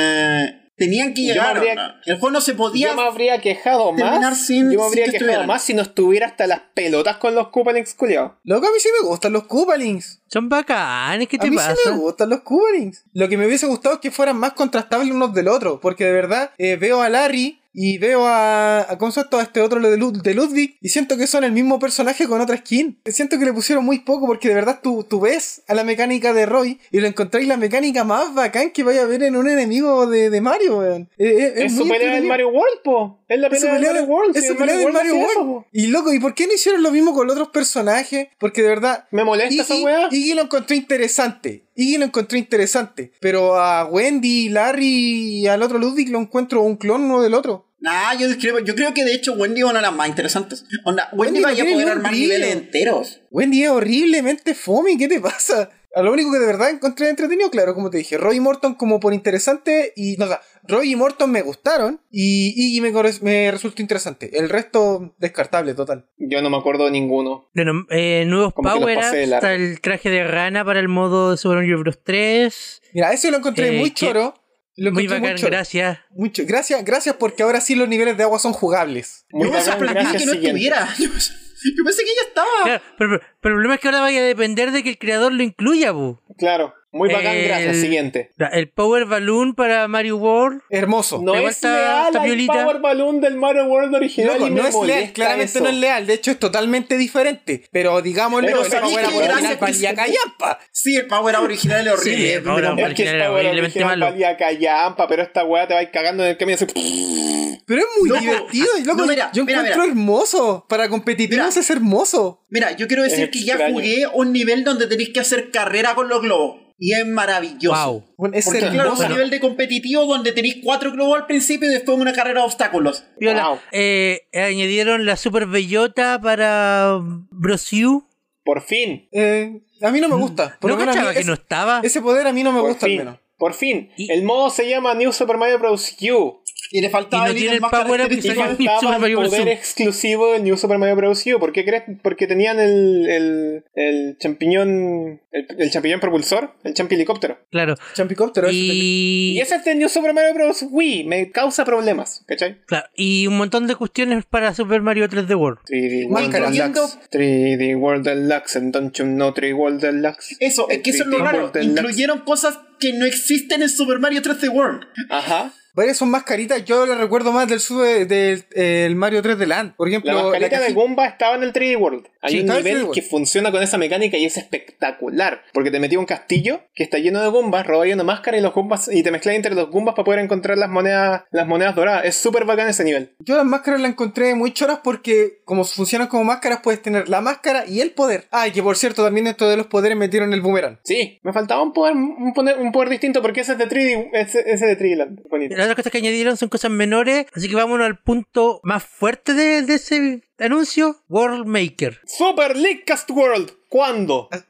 S2: tenían que
S4: Yo
S2: llegar.
S4: habría-
S2: ¿no? El juego no se podía.
S4: Yo me habría quejado
S2: terminar
S4: más.
S2: sin-
S4: yo me
S2: sin
S4: habría
S2: que
S4: quejado
S2: estuvieran.
S4: más si no estuviera hasta las pelotas con los Koopalings culiados.
S1: Loco, a mí sí me gustan los Koopalings.
S3: Son bacanes, ¿qué
S1: a
S3: te
S1: mí
S3: pasa?
S1: sí me gustan los Koopalings. Lo que me hubiese gustado es que fueran más contrastables unos del otro, porque de verdad eh, veo a Larry y veo a, a ¿cómo se llama esto? a este otro de, Lud- de Ludwig y siento que son el mismo personaje con otra skin. Siento que le pusieron muy poco porque de verdad tú, tú ves a la mecánica de Roy y lo encontráis la mecánica más bacán que vaya a ver en un enemigo de, de Mario, weón. Eh, eh, Es,
S4: Es, su
S1: muy
S4: pelea del
S1: entretenido.
S4: Mario World, po. Es la
S1: Esa
S4: pelea del
S1: pelea-
S4: Mario World.
S1: esa
S4: sí, el
S1: pelea del Mario
S4: hace eso,
S1: World.
S4: po.
S1: Y loco, ¿y por qué no hicieron lo mismo con los otros personajes? Porque de verdad,
S4: Me molesta esa
S1: Iggy-
S4: weá.
S1: Iggy lo encontré interesante. Iggy lo encontré interesante. Pero a Wendy, Larry y al otro Ludwig lo encuentro un clon uno del otro.
S2: Nah, Ah, yo discrepo. Yo creo que de hecho Wendy es una de las más interesantes. Onda,
S1: Wendy
S2: Wendy,
S1: no
S2: vaya a
S1: tiene
S2: poder
S1: ni un
S2: armar
S1: brillo.
S2: niveles enteros.
S1: Wendy es horriblemente fome. ¿Qué te pasa? A lo único que de verdad encontré entretenido, claro, como te dije, Roy y Morton como por interesante y. No, o sea, Roy y Morton me gustaron y Iggy me, corre- me resultó interesante. El resto, descartable, total.
S4: Yo no me acuerdo de ninguno.
S3: Bueno, eh, nuevos
S4: Como que los
S3: Power Ups,
S4: pasé de largo.
S3: está el traje de rana para el modo de Super Mario Bros. 3.
S1: Mira, ese lo encontré
S3: Eh,
S1: muy
S3: que-
S1: choro. Lo
S3: Muy
S1: encontré
S3: bacán,
S1: choro.
S3: gracias.
S1: Mucho. Gracias, gracias porque ahora sí los niveles de agua son jugables.
S4: Muy
S2: yo me
S4: bacán,
S2: sorprendí que
S4: gracias,
S2: no
S4: siguiente.
S2: estuviera. Yo, yo pensé que ya estaba.
S3: Claro, pero, pero- pero el problema es que ahora vaya a depender de que el creador lo incluya, bu.
S4: Claro. Muy bacán,
S3: El-
S4: gracias. Siguiente.
S3: La- El Power Balloon para Mario World.
S1: Hermoso.
S4: No
S3: Igual
S4: es
S3: está-
S4: leal
S3: está
S4: al
S3: violita.
S4: Power Balloon del Mario World original.
S1: Loco,
S4: y me
S1: no es leal,
S4: molesta
S1: claramente
S4: eso.
S1: no es leal, de hecho es totalmente diferente. Pero digámoslo,
S4: Pero
S1: esa
S4: sabí
S1: weá
S4: que
S1: era
S4: gracias
S1: original,
S2: que-
S1: valía callampa.
S2: Sí, el Power Up original es horrible.
S3: Sí, el Power
S2: pero-
S3: Up.
S4: Es que
S3: original
S4: el
S3: era
S4: Power
S3: horriblemente
S4: original
S3: malo.
S4: valía callampa, pero esta weá te va a ir cagando en el camino. así,
S1: Pero es muy
S2: Loco,
S1: divertido. y loco,
S2: no, mira,
S1: yo
S2: mira,
S1: encuentro
S2: mira.
S1: hermoso. Para competitivos
S2: Mira.
S1: es hermoso.
S2: Mira, yo quiero decir
S4: Es
S2: que ya
S4: extraño.
S2: jugué un nivel donde tenéis que hacer carrera con los globos. Y es maravilloso.
S3: Wow.
S1: Bueno, es
S2: Porque claro,
S1: hermoso.
S2: es un nivel de competitivo donde tenéis cuatro globos al principio y después una carrera de obstáculos.
S3: Viola,
S4: Wow.
S3: eh, añadieron la Super Bellota para Bros. U.
S4: Por fin.
S1: Eh, a mí no me gusta. Por
S3: Mm. No
S1: lo menos a
S3: cachaba
S1: mí
S3: que
S1: ese-
S3: no estaba.
S1: Ese poder a mí no me
S4: por
S1: gusta al
S4: fin.
S1: menos.
S4: Por fin.
S3: Y-
S4: El modo se llama New Super Mario Bros. U.
S2: Y le
S3: Y no
S2: faltaba el
S3: tiene
S2: ítem
S3: el
S2: más
S3: power up que
S2: característico.
S3: salió. New
S4: Estaba
S3: Super
S4: el
S3: Mario Bros.
S4: poder
S3: U.
S4: exclusivo del New Super Mario Bros. U. ¿Por qué crees? Porque tenían el, el, el champiñón. El, el champiñón propulsor, el champihelicóptero.
S3: Claro.
S1: Champicóptero es-
S3: Y,
S4: Y ese es de New Super Mario Bros. Wii. Me causa problemas, ¿cachai?
S3: claro, y un montón de cuestiones para Super Mario 3D World.
S4: 3D World
S1: Máscaras.
S4: Deluxe. 3D World Deluxe. And don't you know 3D World Deluxe.
S3: Eh,
S2: Eso, es que eso es lo
S4: 3D
S2: raro.
S4: World Deluxe.
S2: Incluyeron cosas que no existen en Super Mario 3D World.
S4: Ajá.
S1: Varias son más caritas. Yo las recuerdo más del sube, del eh, el Mario 3 de Land. Por ejemplo,
S4: La mascarita
S1: la
S4: de
S1: caji-
S4: Goomba estaba en el 3D World. Hay
S1: Sí,
S4: un
S1: estaba en el 3D
S4: nivel
S1: World.
S4: que funciona con esa mecánica y es espectacular. Porque te metí a un castillo que está lleno de Goombas, robáis una máscara y los Goombas y te mezclas entre los Goombas para poder encontrar las monedas, las monedas doradas. Es súper bacán ese nivel.
S1: Yo las máscaras las encontré muy choras porque como funcionan como máscaras puedes tener la máscara y el poder. Ah, y que por cierto también dentro de los poderes metieron el boomerang.
S4: Sí, me faltaba un poder, un poder, un poder distinto porque ese es de 3D, ese, ese es de 3D Land. Bonito.
S3: Las otras cosas que añadieron son cosas menores, así que vámonos al punto más fuerte de, de ese anuncio, World Maker.
S4: Super League Cast World. ¿Cuándo?
S3: Ah,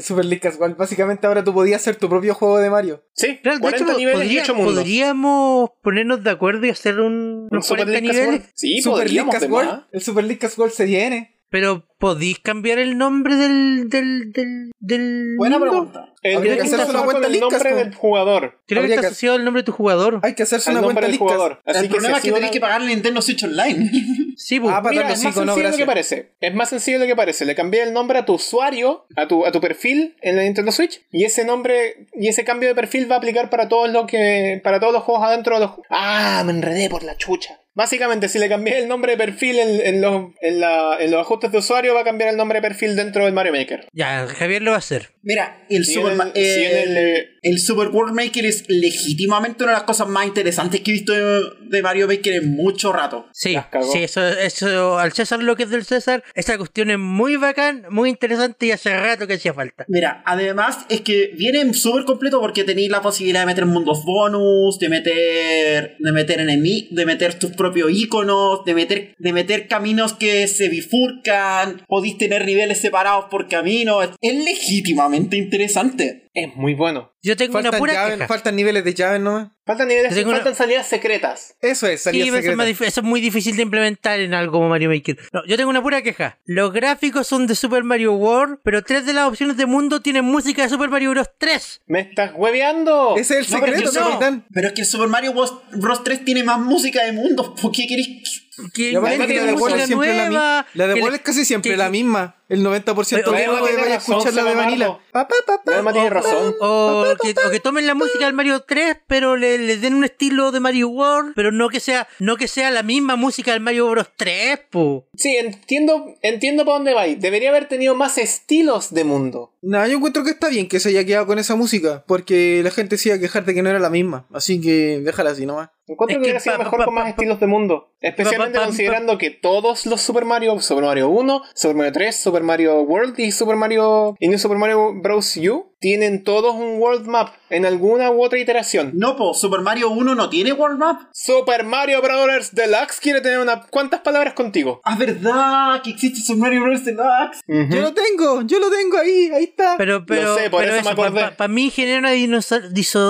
S1: Super League Casual. Básicamente ahora tú podías hacer tu propio juego de Mario.
S4: Sí,
S3: Claro, de
S4: 40
S3: hecho,
S4: niveles y
S3: podría-
S4: 8 mundos.
S3: podríamos ponernos de acuerdo y hacer un,
S4: Un
S3: unos
S4: Super
S3: 40
S4: League Cast
S3: niveles,
S4: World. Sí,
S1: Super League
S4: podríamos, de más.
S1: Casual. El Super League Casual se viene.
S3: pero ¿podéis cambiar el nombre del... del, del, del
S2: Buena
S3: mundo?
S2: pregunta.
S4: El
S1: Habría
S4: de
S3: que hacerse
S4: Cast
S1: una
S4: World
S1: cuenta
S4: con el
S1: League Cast
S4: nombre
S1: World.
S4: del jugador.
S3: Creo que
S1: Habría
S3: está
S1: que-
S3: asociado al nombre de tu jugador.
S1: Hay que hacerse
S4: Al
S1: una
S4: nombre
S1: cuenta
S4: del
S1: League
S4: jugador.
S1: Casual.
S4: Así
S2: el problema es
S4: si
S2: que
S4: hacía
S2: tenéis
S4: una-
S2: que pagar el Nintendo Switch Online.
S3: Sí, pues, bu.
S1: Ah, pa-
S4: Mira,
S1: Patrón,
S4: es
S1: sí,
S4: más
S1: con
S4: sencillo de lo que
S1: gracias.
S4: parece. Es más sencillo de lo que parece. Le cambié el nombre a tu usuario, a tu, a tu perfil en la Nintendo Switch, y ese nombre, y ese cambio de perfil va a aplicar para todos los que. para todos los juegos adentro de los ju- Ah, me enredé por la chucha. Básicamente, si le cambié el nombre de perfil en, en los, en, la- en los ajustes de usuario, va a cambiar el nombre de perfil dentro del Mario Maker.
S3: Ya, Javier lo va a hacer.
S2: Mira, el
S4: Si
S2: Super
S4: en
S2: Ma-
S4: el- si en
S2: eh,
S4: el, eh,
S2: El Super World Maker es legítimamente una de las cosas más interesantes que he visto de, de Mario Maker en mucho rato.
S3: Sí,
S4: Las cagó.
S3: sí, eso, eso, al César lo que es del César, esa cuestión es muy bacán, muy interesante y hace rato que hacía falta.
S2: Mira, además es que viene súper completo porque tenéis la posibilidad de meter mundos bonus, de meter de meter enemigos, de meter tus propios iconos, de meter de meter caminos que se bifurcan, podéis tener niveles separados por caminos. Es legítimamente interesante.
S4: Es muy bueno.
S3: Yo tengo una
S1: Faltan,
S3: pura
S1: llaves-
S3: queja.
S1: faltan niveles de llaves nomás.
S4: Faltan niveles,
S3: Yo tengo una-
S4: faltan salidas secretas.
S1: Eso es,
S3: Sí,
S1: salida
S3: pero eso, es
S1: secreta.
S3: más dif- eso es muy difícil de implementar en algo como Mario Maker. No, yo tengo una pura queja. Los gráficos son de Super Mario World, pero tres de las opciones de mundo tienen música de Super Mario Bros. 3.
S4: ¿Me estás hueveando?
S1: Ese es el
S2: No, pero, es que
S1: secreto,
S2: el Super-
S1: capitán.
S2: pero es que el Super Mario Bros. Bros. 3 tiene más música de mundos. ¿Por qué queréis?
S3: Que
S1: Y aparte
S3: inventen
S1: que la de
S3: música
S1: Wall es siempre la misma.
S3: nueva,
S1: La de
S3: que
S1: Wall
S3: le-
S1: es casi siempre
S3: que-
S1: la misma. El 90%
S3: Pero-
S1: de
S3: Pero-
S1: los que vaya a
S4: Pero-
S1: escuchar la de
S4: Pero-
S1: Vanilla. Pa, pa, pa, pa.
S4: La Emma tiene razón.
S3: O Oh, que, o que tomen la música del Mario 3, pero le, le den un estilo de Mario World, pero no que sea, no que sea la misma música del Mario Bros 3, po.
S4: Sí, entiendo, entiendo para dónde vais. Debería haber tenido más estilos de mundo.
S1: No, yo encuentro que está bien que se haya quedado con esa música, porque la gente se iba a quejar de que no era la misma, así que déjala así nomás.
S3: Es
S4: Encuentro que
S3: que
S4: hubiera sido
S3: pa-
S4: mejor
S3: pa-
S4: con más
S3: pa-
S4: estilos de mundo. Especialmente
S3: pa- pa-
S4: considerando que todos los Super Mario, Super Mario 1, Super Mario 3, Super Mario World y Super Mario y New Super Mario Bros. U tienen todos un world map en alguna u otra iteración.
S2: No, po, Super Mario 1 no tiene World Map.
S4: Super Mario Bros. Deluxe quiere tener unas cuantas palabras contigo.
S2: Ah, verdad, que existe Super Mario Bros. Deluxe.
S1: Yo lo tengo, yo lo tengo ahí, ahí está.
S3: Pero, pero,
S4: sé, por
S3: pero
S4: eso me acordé.
S3: para mí genera una dinosa-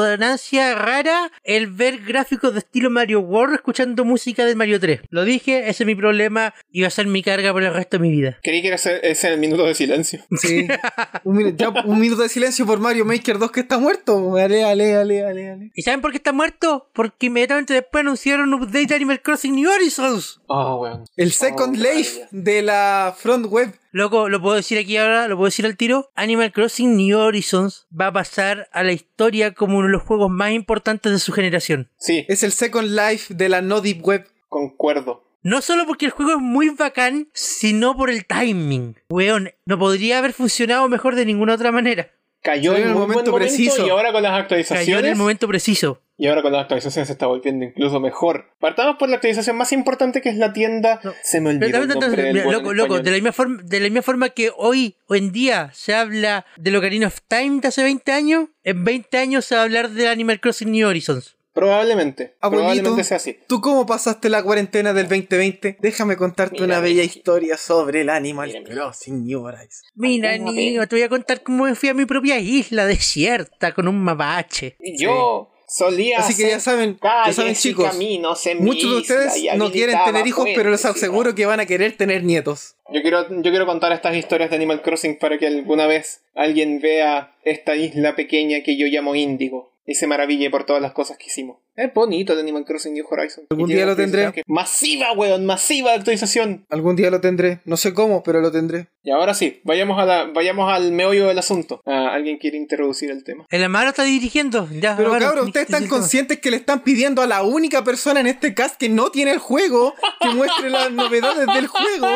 S3: disonancia rara el ver gráficos de estilo Mario World escuchando música del Mario 3. Lo dije, ese es mi problema y va a ser mi carga por el resto de mi vida.
S4: Creí que era ese, ese el minuto de silencio.
S1: Sí. un, minu- ya, un minuto de silencio por Mario Maker 2 que está muerto. Ale, ale, ale, ale, ale.
S3: ¿Y saben por qué está muerto? Porque inmediatamente después anunciaron un update de Animal Crossing New Horizons.
S4: Oh, weón.
S1: El Second
S3: Oh,
S1: Life de la front web.
S3: Loco, lo puedo decir aquí ahora, lo puedo decir al tiro. Animal Crossing New Horizons va a pasar a la historia como uno de los juegos más importantes de su generación.
S4: Sí,
S1: Es el Second Life de la no deep web.
S4: concuerdo.
S3: No solo porque el juego es muy bacán, sino por el timing. Weón, no podría haber funcionado mejor de ninguna otra manera.
S4: Cayó
S1: Salió
S4: en el momento preciso. Y ahora con las actualizaciones.
S3: Cayó en el momento preciso.
S4: Y ahora con las actualizaciones se está volviendo incluso mejor. Partamos por la actualización más importante que es la tienda.
S3: No.
S4: Se me olvidó.
S3: Pero
S4: el
S3: también-
S4: nombre del
S3: mira,
S4: botón
S3: loco,
S4: en
S3: loco, de
S4: español.
S3: la, misma forma, de la misma forma que hoy, hoy en día, se habla del Ocarina of Time de hace 20 años, en 20 años se va a hablar de Animal Crossing New Horizons.
S4: Probablemente.
S1: Abuelito,
S4: Probablemente sea así.
S1: ¿tú cómo pasaste la cuarentena del 2020? Déjame contarte
S4: Mira,
S1: una
S4: mira.
S1: bella historia sobre el Animal
S4: Mira, mira.
S1: Crossing New Horizons.
S3: Mira,
S4: Una
S3: niño, te voy a contar cómo fui a mi propia isla desierta con un mapache.
S4: Yo solía.
S1: Así que ya
S4: hacer
S1: saben, ya
S4: calles
S1: saben
S4: y
S1: chicos,
S4: caminos en mi
S1: muchos de
S4: isla y
S1: ustedes no quieren
S4: habilitaba
S1: tener hijos, pero les
S4: puentes y
S1: aseguro
S4: va.
S1: que van a querer tener nietos.
S4: Yo quiero, yo quiero contar estas historias de Animal Crossing para que alguna vez alguien vea esta isla pequeña que yo llamo Índigo y se maraville por todas las cosas que hicimos. Es bonito el Animal Crossing New Horizons.
S1: Algún
S4: Y tiene
S1: día lo tendré.
S4: actualización que- Masiva, weón, masiva actualización.
S1: Algún día lo tendré. No sé cómo, pero lo tendré.
S4: Y ahora sí, vayamos, a la, vayamos al meollo del asunto. Ah, alguien quiere introducir el tema.
S3: El Amaro está dirigiendo. Ya,
S1: Pero
S3: Amaro,
S1: cabros, ustedes
S3: dirige
S1: están
S3: el tema.
S1: conscientes que le están pidiendo a la única persona en este cast que no tiene el juego que muestre las novedades del juego.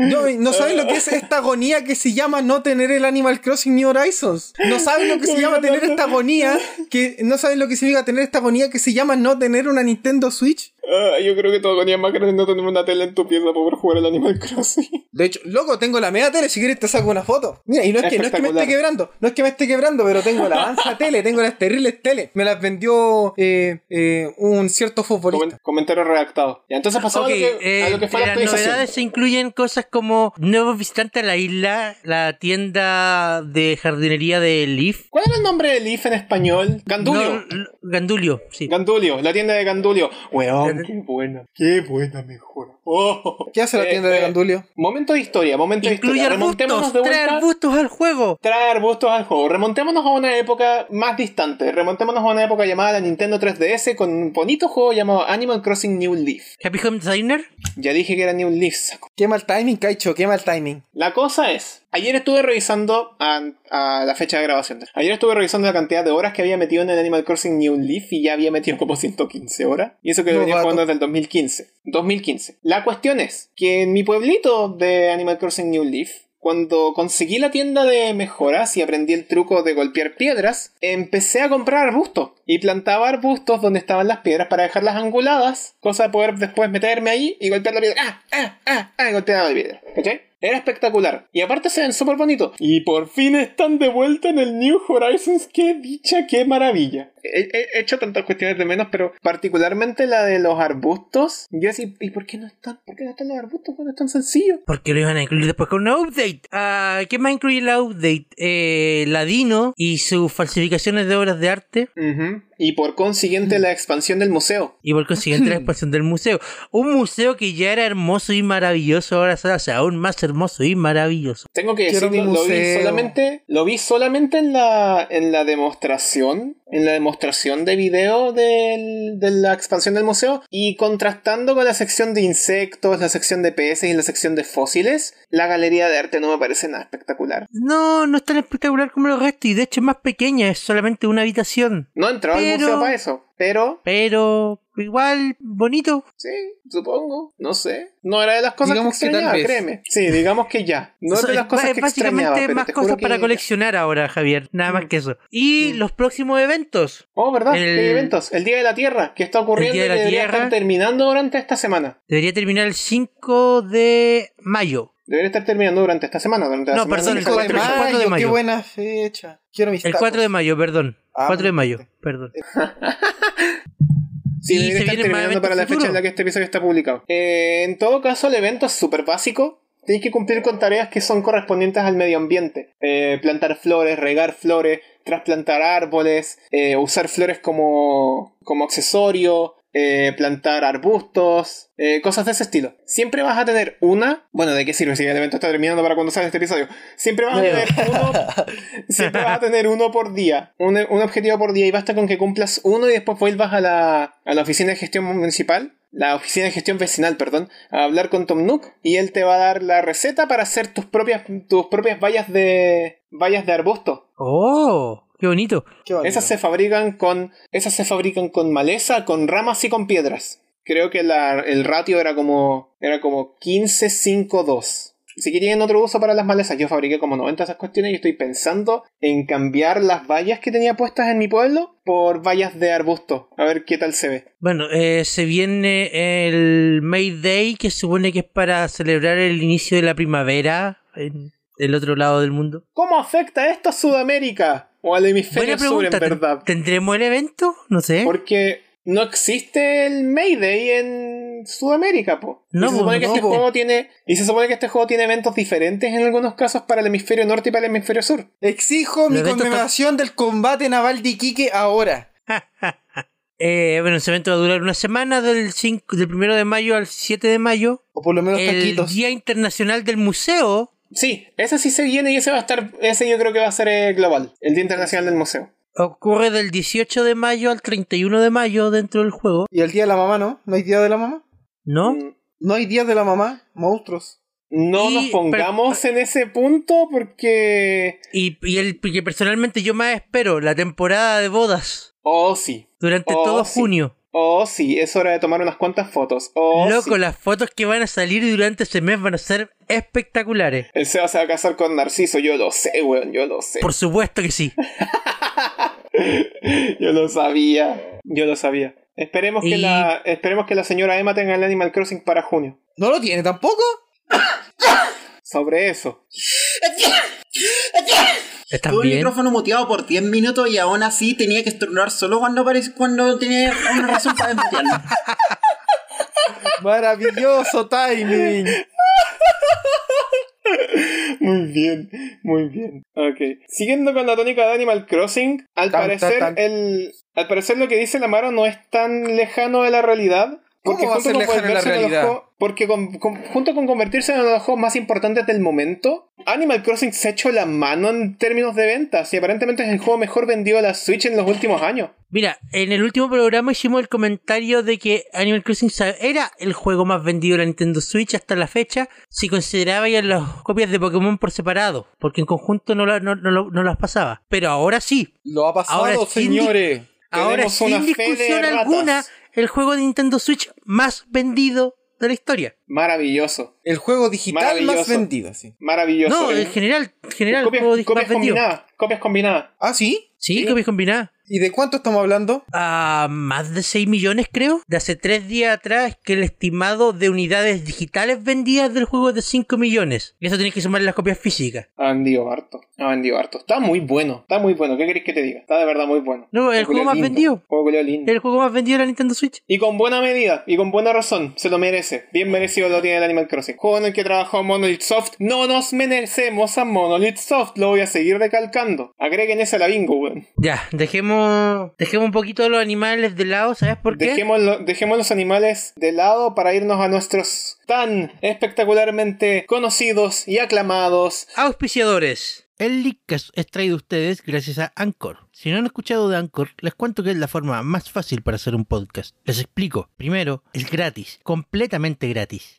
S1: No, no saben lo que es esta agonía que se llama no tener el Animal Crossing New Horizons. No saben lo que se llama tener esta agonía que no saben lo que significa tener esta agonía que se llama no tener una Nintendo Switch.
S4: Ah, yo creo que todo agonía más grande no tener una tele en tu pieza para poder jugar el Animal Crossing.
S1: De hecho, loco, tengo la media tele, si quieres te saco una foto. Mira, y no es, que, no es que me esté
S4: Espectacular.
S1: quebrando, no es que me esté quebrando, pero tengo la avanza tele, tengo las terribles tele. Me las vendió eh, eh, un cierto
S4: Comen-
S1: futbolista.
S4: comentario redactado. Ya, entonces pasamos
S3: Ok,
S4: a, lo que, a
S3: eh,
S4: lo que fue la
S3: de las
S4: actualización.
S3: novedades se incluyen cosas como nuevos visitantes a la isla, la tienda de jardinería de Leaf.
S4: ¿Cuál era el nombre del IF en español? Gandulio.
S3: No, l- Gandulio, sí.
S4: Gandulio, la tienda de Gandulio. Weón, qué buena. Qué buena mejora. Oh.
S1: ¿Qué hace la
S4: Eh,
S1: tienda de
S4: eh,
S1: Gandulio?
S4: Momento de historia, momento de
S3: Incluye
S4: historia. Remontémonos
S3: arbustos,
S4: de
S3: trae
S4: vuelta.
S3: arbustos al juego.
S4: Trae arbustos al juego. Remontémonos a una época más distante. Remontémonos a una época llamada la Nintendo 3DS con un bonito juego llamado Animal Crossing New Leaf.
S3: Happy Home Designer.
S4: Ya dije que era New Leaf, saco.
S1: Qué mal timing, Caicho, qué mal timing.
S4: La cosa es, ayer estuve revisando a, a la fecha de grabación. Ayer estuve revisando la cantidad de horas que había metido en el Animal Crossing New Leaf y ya había metido como 115 horas. Y eso que lo venía
S1: Novato.
S4: jugando desde el 2015. 2015. La cuestión es que en mi pueblito de Animal Crossing New Leaf Cuando conseguí la tienda de mejoras y aprendí el truco de golpear piedras, empecé a comprar arbustos y plantaba arbustos donde estaban las piedras para dejarlas anguladas, cosa de poder después meterme ahí y golpear la piedra. ¡Ah! ¡Ah! ¡Ah! ¡Ah! Y golpeaba la piedra. ¿Cachai? Era espectacular. Y aparte se ven súper bonitos. Y por fin están de vuelta en el New Horizons. ¡Qué dicha, qué maravilla! He, he- he hecho tantas cuestiones de menos, pero particularmente la de los arbustos. Yo así, ¿y por qué no están? ¿Por qué no están los arbustos? Bueno, es tan sencillo.
S3: Porque lo iban a incluir después con una update. Ah, ¿Qué más incluye la update? Eh, Ladino y sus falsificaciones de obras de arte.
S4: Ujú. Y por consiguiente la expansión del museo.
S3: Y por consiguiente la expansión del museo. Un museo que ya era hermoso y maravilloso, ahora se hace aún más hermoso y maravilloso.
S4: Tengo que
S1: Quiero
S4: decir,
S1: mi
S4: lo, lo vi
S1: museo.
S4: solamente, lo vi solamente en la, en la demostración, en la demostración de video del- de la expansión del museo y contrastando con la sección de insectos, la sección de peces y la sección de fósiles, la galería de arte no me parece nada espectacular.
S3: No, no es tan espectacular como los restos y de hecho es más pequeña, es solamente una habitación.
S4: No entraba al
S3: Pero-
S4: museo para eso, pero
S3: Pero igual, bonito.
S4: sí, supongo, no sé. No era de las cosas
S1: Digamos
S4: que
S1: que tal
S4: extrañaba,
S1: vez.
S4: créeme. Sí, digamos que ya. No
S3: O
S4: es
S3: sea,
S4: de las cosas
S3: es
S4: que
S3: básicamente
S4: extrañaba, pero
S3: más
S4: te
S3: cosas
S4: juro que
S3: para
S4: ya.
S3: coleccionar ahora, Javier. Nada más que eso. Y
S4: Mm.
S3: los próximos eventos.
S4: Oh, ¿verdad?
S3: El-
S4: ¿Qué eventos? El Día de la Tierra, que está ocurriendo
S3: Día de
S4: y
S3: la
S4: que debería
S3: Tierra.
S4: estar terminando durante esta semana.
S3: Debería terminar el 5 de mayo.
S4: Debería estar terminando durante esta semana. Durante la
S3: No,
S4: semana
S3: perdón,
S4: del
S3: el
S1: Cinco de
S3: 4
S4: Día de la Tierra.
S3: cuatro de
S1: Qué
S3: mayo.
S1: buena fecha. Quiero mis
S3: El 4 de mayo, perdón.
S1: Ah,
S3: 4 de mayo,
S1: perfecto.
S3: perdón.
S4: Sí,
S3: Y
S4: debería
S3: se vienen
S4: estar
S3: más
S4: terminando
S3: eventos
S4: para la fecha
S3: futuros.
S4: en la que este episodio está publicado. Eh, en todo caso, el evento es súper básico. Tienes que cumplir con tareas que son correspondientes al medio ambiente. Eh, plantar flores, regar flores, trasplantar árboles, eh, usar flores como, como accesorio, eh, plantar arbustos, eh, cosas de ese estilo. Siempre vas a tener una... Bueno, ¿de qué sirve si el evento está terminando para cuando sale este episodio? Siempre vas a
S3: Bueno.
S4: tener uno Siempre vas a tener uno por día, un, un objetivo por día y basta con que cumplas uno y después vuelvas a la, a la oficina de gestión municipal, la oficina de gestión vecinal, perdón, a hablar con Tom Nook y él te va a dar la receta para hacer tus propias, tus propias vallas de, vallas de arbusto.
S3: Oh, qué bonito.
S1: Qué bonito.
S4: Esas se fabrican con, esas se fabrican con maleza, con ramas y con piedras. Creo que la- el ratio era como, era como 15-5-2. Si quieren otro uso para las malezas, yo fabriqué como 90 esas cuestiones y estoy pensando en cambiar las vallas que tenía puestas en mi pueblo por vallas de arbusto. A ver qué tal se ve.
S3: Bueno, eh, se viene el May Day, que supone que es para celebrar el inicio de la primavera en el otro lado del mundo.
S4: ¿Cómo afecta esto a Sudamérica? O al hemisferio
S3: Buena
S4: sur, en
S3: pregunta. ¿ten-
S4: verdad.
S3: ¿Tendremos el evento? No sé.
S4: Porque no existe el Mayday en Sudamérica, po.
S3: No,
S4: y se supone
S3: po,
S4: que
S1: no,
S4: este
S1: po.
S4: juego tiene. Y se supone que este juego tiene eventos diferentes en algunos casos para el hemisferio norte y para el hemisferio sur.
S1: Exijo mi
S3: Los eventos
S1: conmemoración del combate naval de Iquique ahora.
S3: Eh, bueno, ese evento va a durar una semana del 5, del 1 de mayo al 7 de mayo.
S1: O por lo menos
S3: el
S1: taquitos.
S3: Día Internacional del Museo.
S4: Sí, ese sí se viene y ese va a estar. Ese yo creo que va a ser eh, global, el Día Internacional del Museo.
S3: Ocurre del 18 de mayo al 31 de mayo dentro del juego,
S1: ¿Y el día de la mamá no? ¿No hay día de la mamá?
S3: ¿no?
S4: Mm,
S1: ¿No hay día de la mamá? Monstruos.
S4: No
S3: Y-
S4: nos pongamos en ese punto porque.
S3: Y, y el que personalmente yo más espero, la temporada de bodas
S4: Oh, sí.
S3: durante
S4: Oh,
S3: todo
S4: sí.
S3: junio.
S4: Oh, sí, es hora de tomar unas cuantas fotos. Oh,
S3: Loco,
S4: sí.
S3: las fotos que van a salir durante ese mes van a ser espectaculares.
S4: El Seba se va a casar con Narciso, yo lo sé, weón, yo lo sé.
S3: Por supuesto que sí.
S4: Yo lo sabía. Yo lo sabía. Esperemos, que
S3: Y-
S4: la, esperemos que la señora Emma tenga el Animal Crossing para junio.
S1: ¿No lo tiene tampoco?
S4: Sobre eso.
S3: ¿Estás
S2: Tuve el
S3: bien?
S2: micrófono muteado por 10 minutos y aún así tenía que estornudar solo cuando, parec- cuando tenía una razón para desmutearlo.
S1: Maravilloso timing.
S4: Muy bien, muy bien. Ok. Siguiendo con la tónica de Animal Crossing, al
S1: Tan,
S4: parecer
S1: tan, tan.
S4: el. Al parecer lo que dice la Maro no es tan lejano de la realidad.
S1: ¿Cómo va a
S4: junto
S1: ser
S4: con
S1: lejano de la
S4: volverse uno de los
S1: realidad?
S4: juegos- porque con- con- junto con convertirse en uno de los juegos más importantes del momento, Animal Crossing se ha hecho la mano en términos de ventas y aparentemente es el juego mejor vendido de la Switch en los últimos años.
S3: Mira, en el último programa hicimos el comentario de que Animal Crossing sa- era el juego más vendido de la Nintendo Switch hasta la fecha, si consideraba ya las copias de Pokémon por separado, porque en conjunto no, la- no- no lo- no las pasaba. Pero ahora sí,
S1: Lo ha pasado,
S3: Ahora, sin di-
S1: señores.
S3: ahora
S4: Tenemos una
S3: sin
S4: fe de
S3: discusión
S4: ratas.
S3: alguna, el juego de Nintendo Switch más vendido de la historia.
S4: Maravilloso.
S1: El juego digital más
S4: Maravilloso.
S1: vendido, sí.
S4: Maravilloso.
S3: No,
S4: Eh,
S3: en general, en general,
S4: copias,
S3: juego digital
S4: copias
S3: vendido.
S4: combinadas. Copias combinadas.
S1: ¿Ah, sí?
S3: Sí, copias combinadas.
S1: ¿Y de cuánto estamos hablando?
S3: A más de 6 millones, creo. De hace 3 días atrás, que el estimado de unidades digitales vendidas del juego es de 5 millones. Y eso tenés que sumar las copias físicas.
S4: Ha vendido harto. Ha vendido harto. Está muy bueno. Está muy bueno. ¿Qué queréis que te diga? Está de verdad muy bueno.
S3: No, el
S4: Juego
S3: juego más
S4: lindo,
S3: vendido.
S4: Juego culiao lindo.
S3: El juego más vendido de la Nintendo Switch.
S4: Y con buena medida, y con buena razón, se lo merece. Bien merecido lo tiene el Animal Crossing. Juego en el que trabajó Monolith Soft. No nos merecemos a Monolith Soft, lo voy a seguir recalcando. Agreguen esa a la bingo, weón.
S3: Ya, dejemos, dejemos un poquito los animales de lado, ¿sabes por qué?
S4: Dejemos, lo- dejemos los animales de lado para irnos a nuestros tan espectacularmente conocidos y aclamados.
S3: Auspiciadores. El Leadcast es traído a ustedes gracias a Anchor. Si no han escuchado de Anchor, les cuento que es la forma más fácil para hacer un podcast. Les explico. Primero, es gratis, completamente gratis.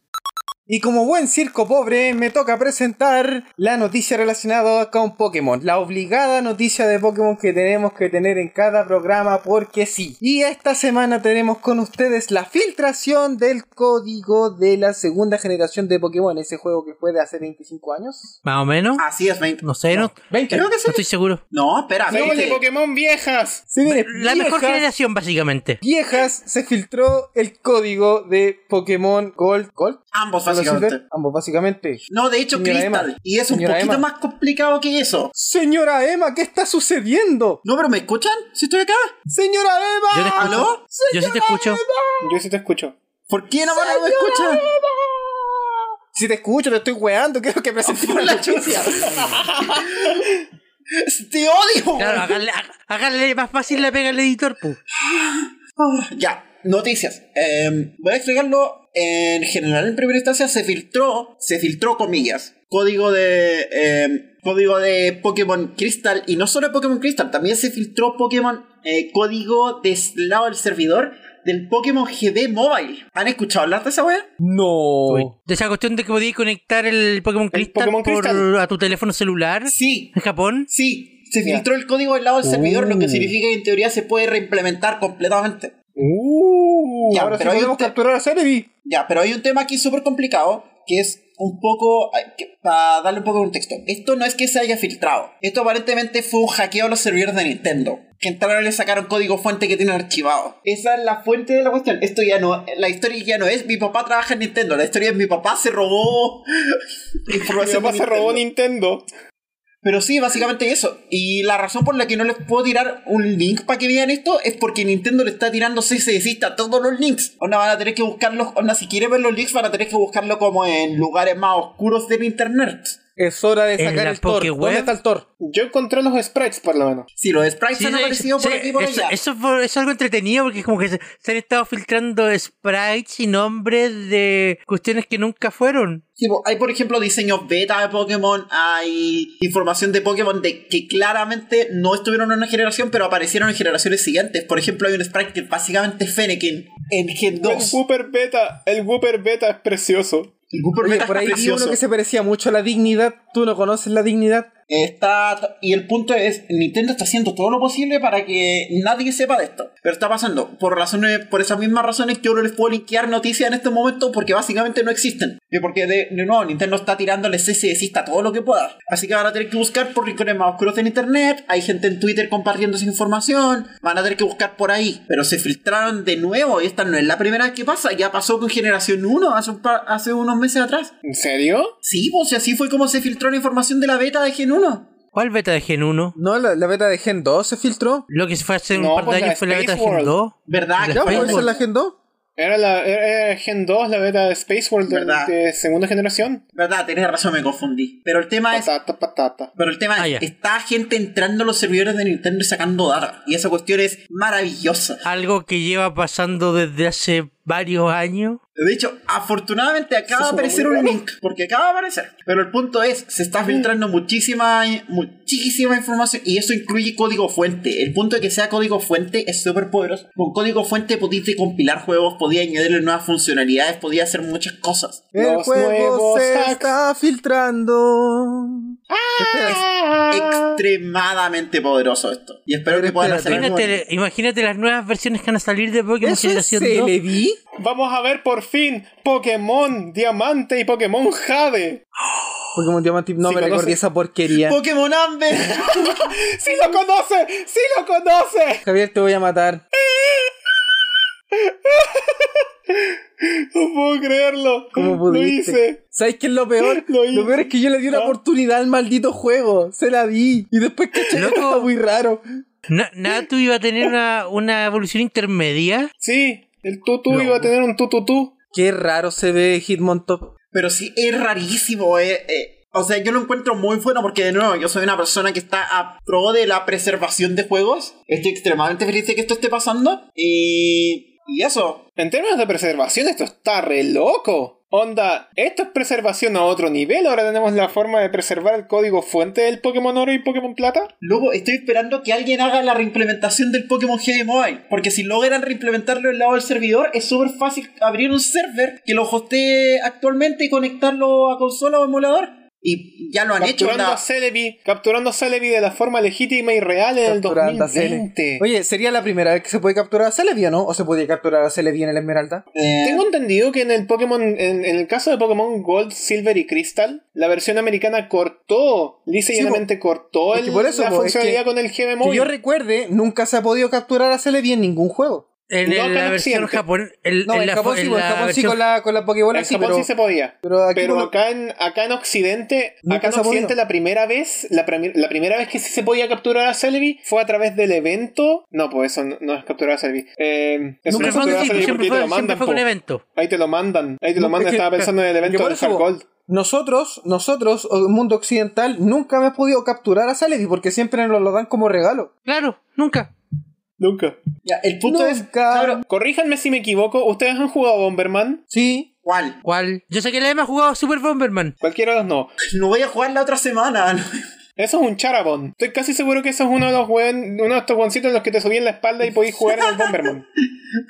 S1: Y como buen circo pobre, me toca presentar la noticia relacionada con Pokémon. La obligada noticia de Pokémon que tenemos que tener en cada programa porque sí. Y esta semana tenemos con ustedes la filtración del código de la segunda generación de Pokémon, ese juego que fue de hace 25 años.
S3: Más o menos.
S2: Así es, 20.
S3: No sé, no,
S1: 20.
S2: Creo que
S3: no
S2: sí.
S3: estoy seguro.
S2: No, espera,
S4: ¡Hacemos de
S2: 20.
S4: Pokémon viejas!
S1: Se viene
S3: La mejor
S1: viejas-
S3: generación, básicamente.
S1: Viejas, se filtró el código de Pokémon Gold. ¿Gold?
S2: Ambos,
S1: ¿Gold o Silver?
S2: básicamente.
S1: Ambos, básicamente.
S2: No, de hecho,
S1: Señora
S2: Crystal.
S1: Emma.
S2: Y es un
S1: Señora
S2: poquito
S1: Emma.
S2: más complicado que eso.
S1: Señora Emma, ¿qué está sucediendo?
S2: No, pero ¿me escuchan? ¿Si estoy acá?
S1: Señora Emma.
S3: Yo te escucho.
S2: ¿Aló?
S3: Yo sí te escucho.
S4: Yo sí te escucho.
S2: ¿Por qué no me escuchan?
S1: Si te escucho, te estoy weando, quiero que presentes
S2: Por la chucha. Te odio.
S3: Claro, háganle, háganle más fácil la pega al editor, pu.
S2: Ya, noticias. Em, voy a explicarlo. En general, en primera instancia, se filtró, se filtró comillas, código de em, código de Pokémon Crystal y no solo Pokémon Crystal, también se filtró Pokémon eh, código de s- lado del servidor del Pokémon GB Mobile. ¿Han escuchado hablar de esa wea?
S1: No.
S3: De esa cuestión de que podías conectar el Pokémon Crystal,
S4: Pokémon
S3: por-
S4: Crystal.
S3: a tu teléfono celular
S2: Sí,
S3: en Japón.
S2: sí. Se filtró el código del lado del servidor, lo que significa que en teoría se puede reimplementar completamente.
S1: Uh,
S2: Ya,
S1: ahora sí
S2: pero hay
S1: podemos
S2: un te-
S1: capturar a Celebi.
S2: Ya, pero hay un tema aquí súper complicado que es un poco, ay, que- para darle un poco de contexto, esto no es que se haya filtrado, esto aparentemente fue un hackeo a los servidores de Nintendo, que entraron y le sacaron código fuente que tienen archivado. Esa es la fuente de la cuestión, esto ya no, la historia ya no es mi papá trabaja en Nintendo, la historia es mi papá se robó
S4: Mi
S2: información.
S4: papá
S2: de
S4: se robó
S2: Nintendo.
S4: Nintendo.
S2: Pero sí, básicamente eso. Y la razón por la que no les puedo tirar un link para que vean esto es porque Nintendo le está tirando CSSista a todos los links. Onda van a tener que buscarlos. Onda, si quieren ver los links, van a tener que buscarlo como en lugares más oscuros del internet.
S1: Es hora de
S3: En
S1: sacar
S3: la
S1: el Thor.
S3: Pokéweb.
S1: ¿Dónde está el Thor?
S4: Yo encontré los sprites, por lo menos.
S2: Si los sprites
S3: Sí,
S2: han
S3: sí,
S2: aparecido por
S3: sí,
S2: aquí y por
S3: eso,
S2: allá.
S3: eso fue- es algo entretenido porque es como que se, se han estado filtrando sprites y nombres de cuestiones que nunca fueron.
S2: Tipo, pues, hay, por ejemplo, diseños beta de Pokémon. Hay información de Pokémon de que claramente no estuvieron en una generación, pero aparecieron en generaciones siguientes. Por ejemplo, hay un sprite que básicamente es Fennekin en Gen
S4: El
S2: 2.
S4: Wooper Beta, el Wooper Beta es precioso.
S2: El Gooper
S1: Oye,
S2: Beta
S1: por
S2: está
S1: ahí vi
S2: precioso.
S1: uno que se parecía mucho a la dignidad. ¿Tú no conoces la dignidad?
S2: Está, y el punto es, Nintendo está haciendo todo lo posible para que nadie sepa de esto. Pero está pasando, por razones, por esas mismas razones yo no les puedo linkear noticias en este momento porque básicamente no existen. Y porque de, de nuevo, Nintendo está tirándole CSSista todo lo que pueda. Así que van a tener que buscar por rincones más oscuros en internet, hay gente en Twitter compartiendo esa información, van a tener que buscar por ahí. Pero se filtraron de nuevo y esta no es la primera vez que pasa, ya pasó con Generación 1 hace, un par- hace unos meses atrás.
S4: ¿En serio?
S2: Sí, pues y así fue como se filtró la información de la beta de Gen 1.
S3: ¿Cuál beta de Gen 1?
S1: No, la, la beta de Gen 2 se filtró.
S3: Lo que se fue hace un
S4: No,
S3: par de
S4: pues la
S3: años fue la
S4: Space
S3: beta de Gen
S4: World.
S3: 2.
S2: ¿Verdad?
S3: Ya,
S1: ¿Ya?
S3: Después,
S1: ¿Puede ser
S3: bueno.
S1: la Gen 2?
S4: Era la era Gen 2, la beta de Space World
S2: ¿Verdad?
S4: de, de segunda generación.
S2: Verdad, tenés razón, me confundí. Pero el
S1: Ah,
S2: tema es.
S4: Patata, patata.
S2: Pero el tema
S3: Ah,
S2: es,
S3: ya.
S2: está gente entrando a los servidores de Nintendo y sacando data. Y esa cuestión es maravillosa.
S3: Algo que lleva pasando desde hace varios años.
S2: De hecho, afortunadamente acaba de
S4: Eso es
S2: aparecer
S4: muy
S2: un
S4: bueno.
S2: link, porque acaba de aparecer. Pero el punto es, se está filtrando muchísima, muchísima información y eso incluye código fuente. El punto de que sea código fuente es súper poderoso. Con código fuente podías compilar juegos, podías añadirle nuevas funcionalidades, podías hacer muchas cosas.
S1: El
S4: Los
S1: juego
S4: nuevos
S1: se
S4: hacks.
S1: está filtrando. Espera,
S2: Extremadamente poderoso esto. Y espero que puedan hacer algo.
S3: Imagínate, imagínate las nuevas versiones que van a salir de Pokémon
S1: ¿Eso es
S3: Generación 2.
S1: CLB?
S4: Vamos a ver por fin Pokémon Diamante y Pokémon Jade.
S1: Pokémon Diamante. No
S4: Sí,
S1: me
S4: conoce-
S1: recordé esa porquería.
S2: Pokémon Amber.
S4: ¡Sí lo conoce! ¡Sí lo conoce!
S1: Javier, te voy a matar.
S4: No puedo creerlo.
S1: ¿Cómo
S4: lo
S1: pudiste?
S4: hice.
S1: ¿Sabes qué es lo peor?
S4: Lo
S1: Lo,
S4: hice.
S1: peor es que yo le di una
S4: ¿Ah?
S1: oportunidad al maldito juego. Se la di. Y después caché que
S3: Loco.
S1: está muy raro.
S3: Na- Natu iba a tener una, una evolución intermedia.
S4: Sí, el tutu
S3: No.
S4: iba a tener un tututú.
S1: Qué raro se ve Hitmontop.
S2: Pero sí, es rarísimo. eh, eh. O sea, yo lo encuentro muy bueno porque, de nuevo, yo soy una persona que está a pro de la preservación de juegos. Estoy extremadamente feliz de que esto esté pasando. Y, y eso.
S4: En términos de preservación, esto está re loco. Onda, esto es preservación a otro nivel. Ahora tenemos la forma de preservar el código fuente del Pokémon Oro y Pokémon Plata.
S2: Luego estoy esperando que alguien haga la reimplementación del Pokémon GD Mobile. Porque si logran reimplementarlo del lado del servidor, es súper fácil abrir un server que lo hostee actualmente y conectarlo a consola o emulador. Y ya lo han hecho.
S4: Capturando
S2: onda.
S4: a Celebi, capturando a Celebi de la forma legítima y real en el
S1: Capturando a Celebi.
S4: 2020.
S1: Oye, ¿sería la primera vez que se puede capturar a Celebi o no? ¿O se podía capturar a Celebi en el Esmeralda?
S2: Eh,
S4: Tengo entendido que en el Pokémon, en, en el caso de Pokémon Gold, Silver y Crystal, la versión americana cortó, lisa y
S1: Sí, po.
S4: llanamente cortó
S1: Es que
S4: el-
S1: por eso,
S4: la
S1: po, es
S4: funcionalidad
S1: que-
S4: con el GM
S1: Que
S4: Móvil.
S1: yo recuerde, nunca se ha podido capturar a Celebi en ningún juego.
S3: En
S4: No
S3: el-
S4: acá
S3: la
S4: en
S3: versión
S4: Occidente.
S3: japonés. el-
S1: No, en,
S3: la-
S1: Japón sí,
S3: en
S1: pues, en
S3: la
S1: Japón sí
S3: versión-
S1: con la, con la Pokébola
S4: en
S1: sí,
S4: Japón
S1: pero,
S4: sí se podía.
S1: pero aquí
S4: Pero
S1: no-
S4: acá en, acá en Occidente,
S1: Nunca
S4: acá en
S1: se ha
S4: Occidente
S1: podido.
S4: la primera vez, la, premi- la primera vez que sí se podía capturar a Celebi fue a través del evento. No, pues eso no, no es capturar a Celebi. Eh,
S1: Nunca
S4: eso no
S3: Pero
S4: es
S1: se
S3: fue-
S1: podía
S4: capturar a
S3: sí,
S4: Celebi porque
S3: Siempre
S4: ahí te lo
S3: fue siempre
S4: mandan.
S3: fue un
S4: po.
S3: evento.
S4: Ahí te lo mandan. Ahí te lo
S1: No,
S4: mandan.
S1: es que-
S4: Estaba pensando en el
S1: que
S4: evento
S1: por
S4: del
S1: eso,
S4: Hard Gold.
S1: Nosotros, nosotros, o el mundo occidental, nunca hemos podido capturar a Celebi porque siempre nos lo dan como regalo.
S3: Claro, nunca.
S4: Nunca.
S2: ya, el punto es.
S1: Nunca.
S2: Claro,
S4: Corríjanme si me equivoco. ¿Ustedes han jugado Bomberman?
S1: Sí.
S2: ¿Cuál?
S3: ¿Cuál? Yo sé que la Emma ha jugado Super Bomberman.
S4: Cualquiera de los no.
S2: No voy a jugar la otra semana.
S4: Eso es un Charabon. Estoy casi seguro que eso es uno de los weón, uno de estos guancitos en los que te subí en la espalda y podís jugar en el Bomberman.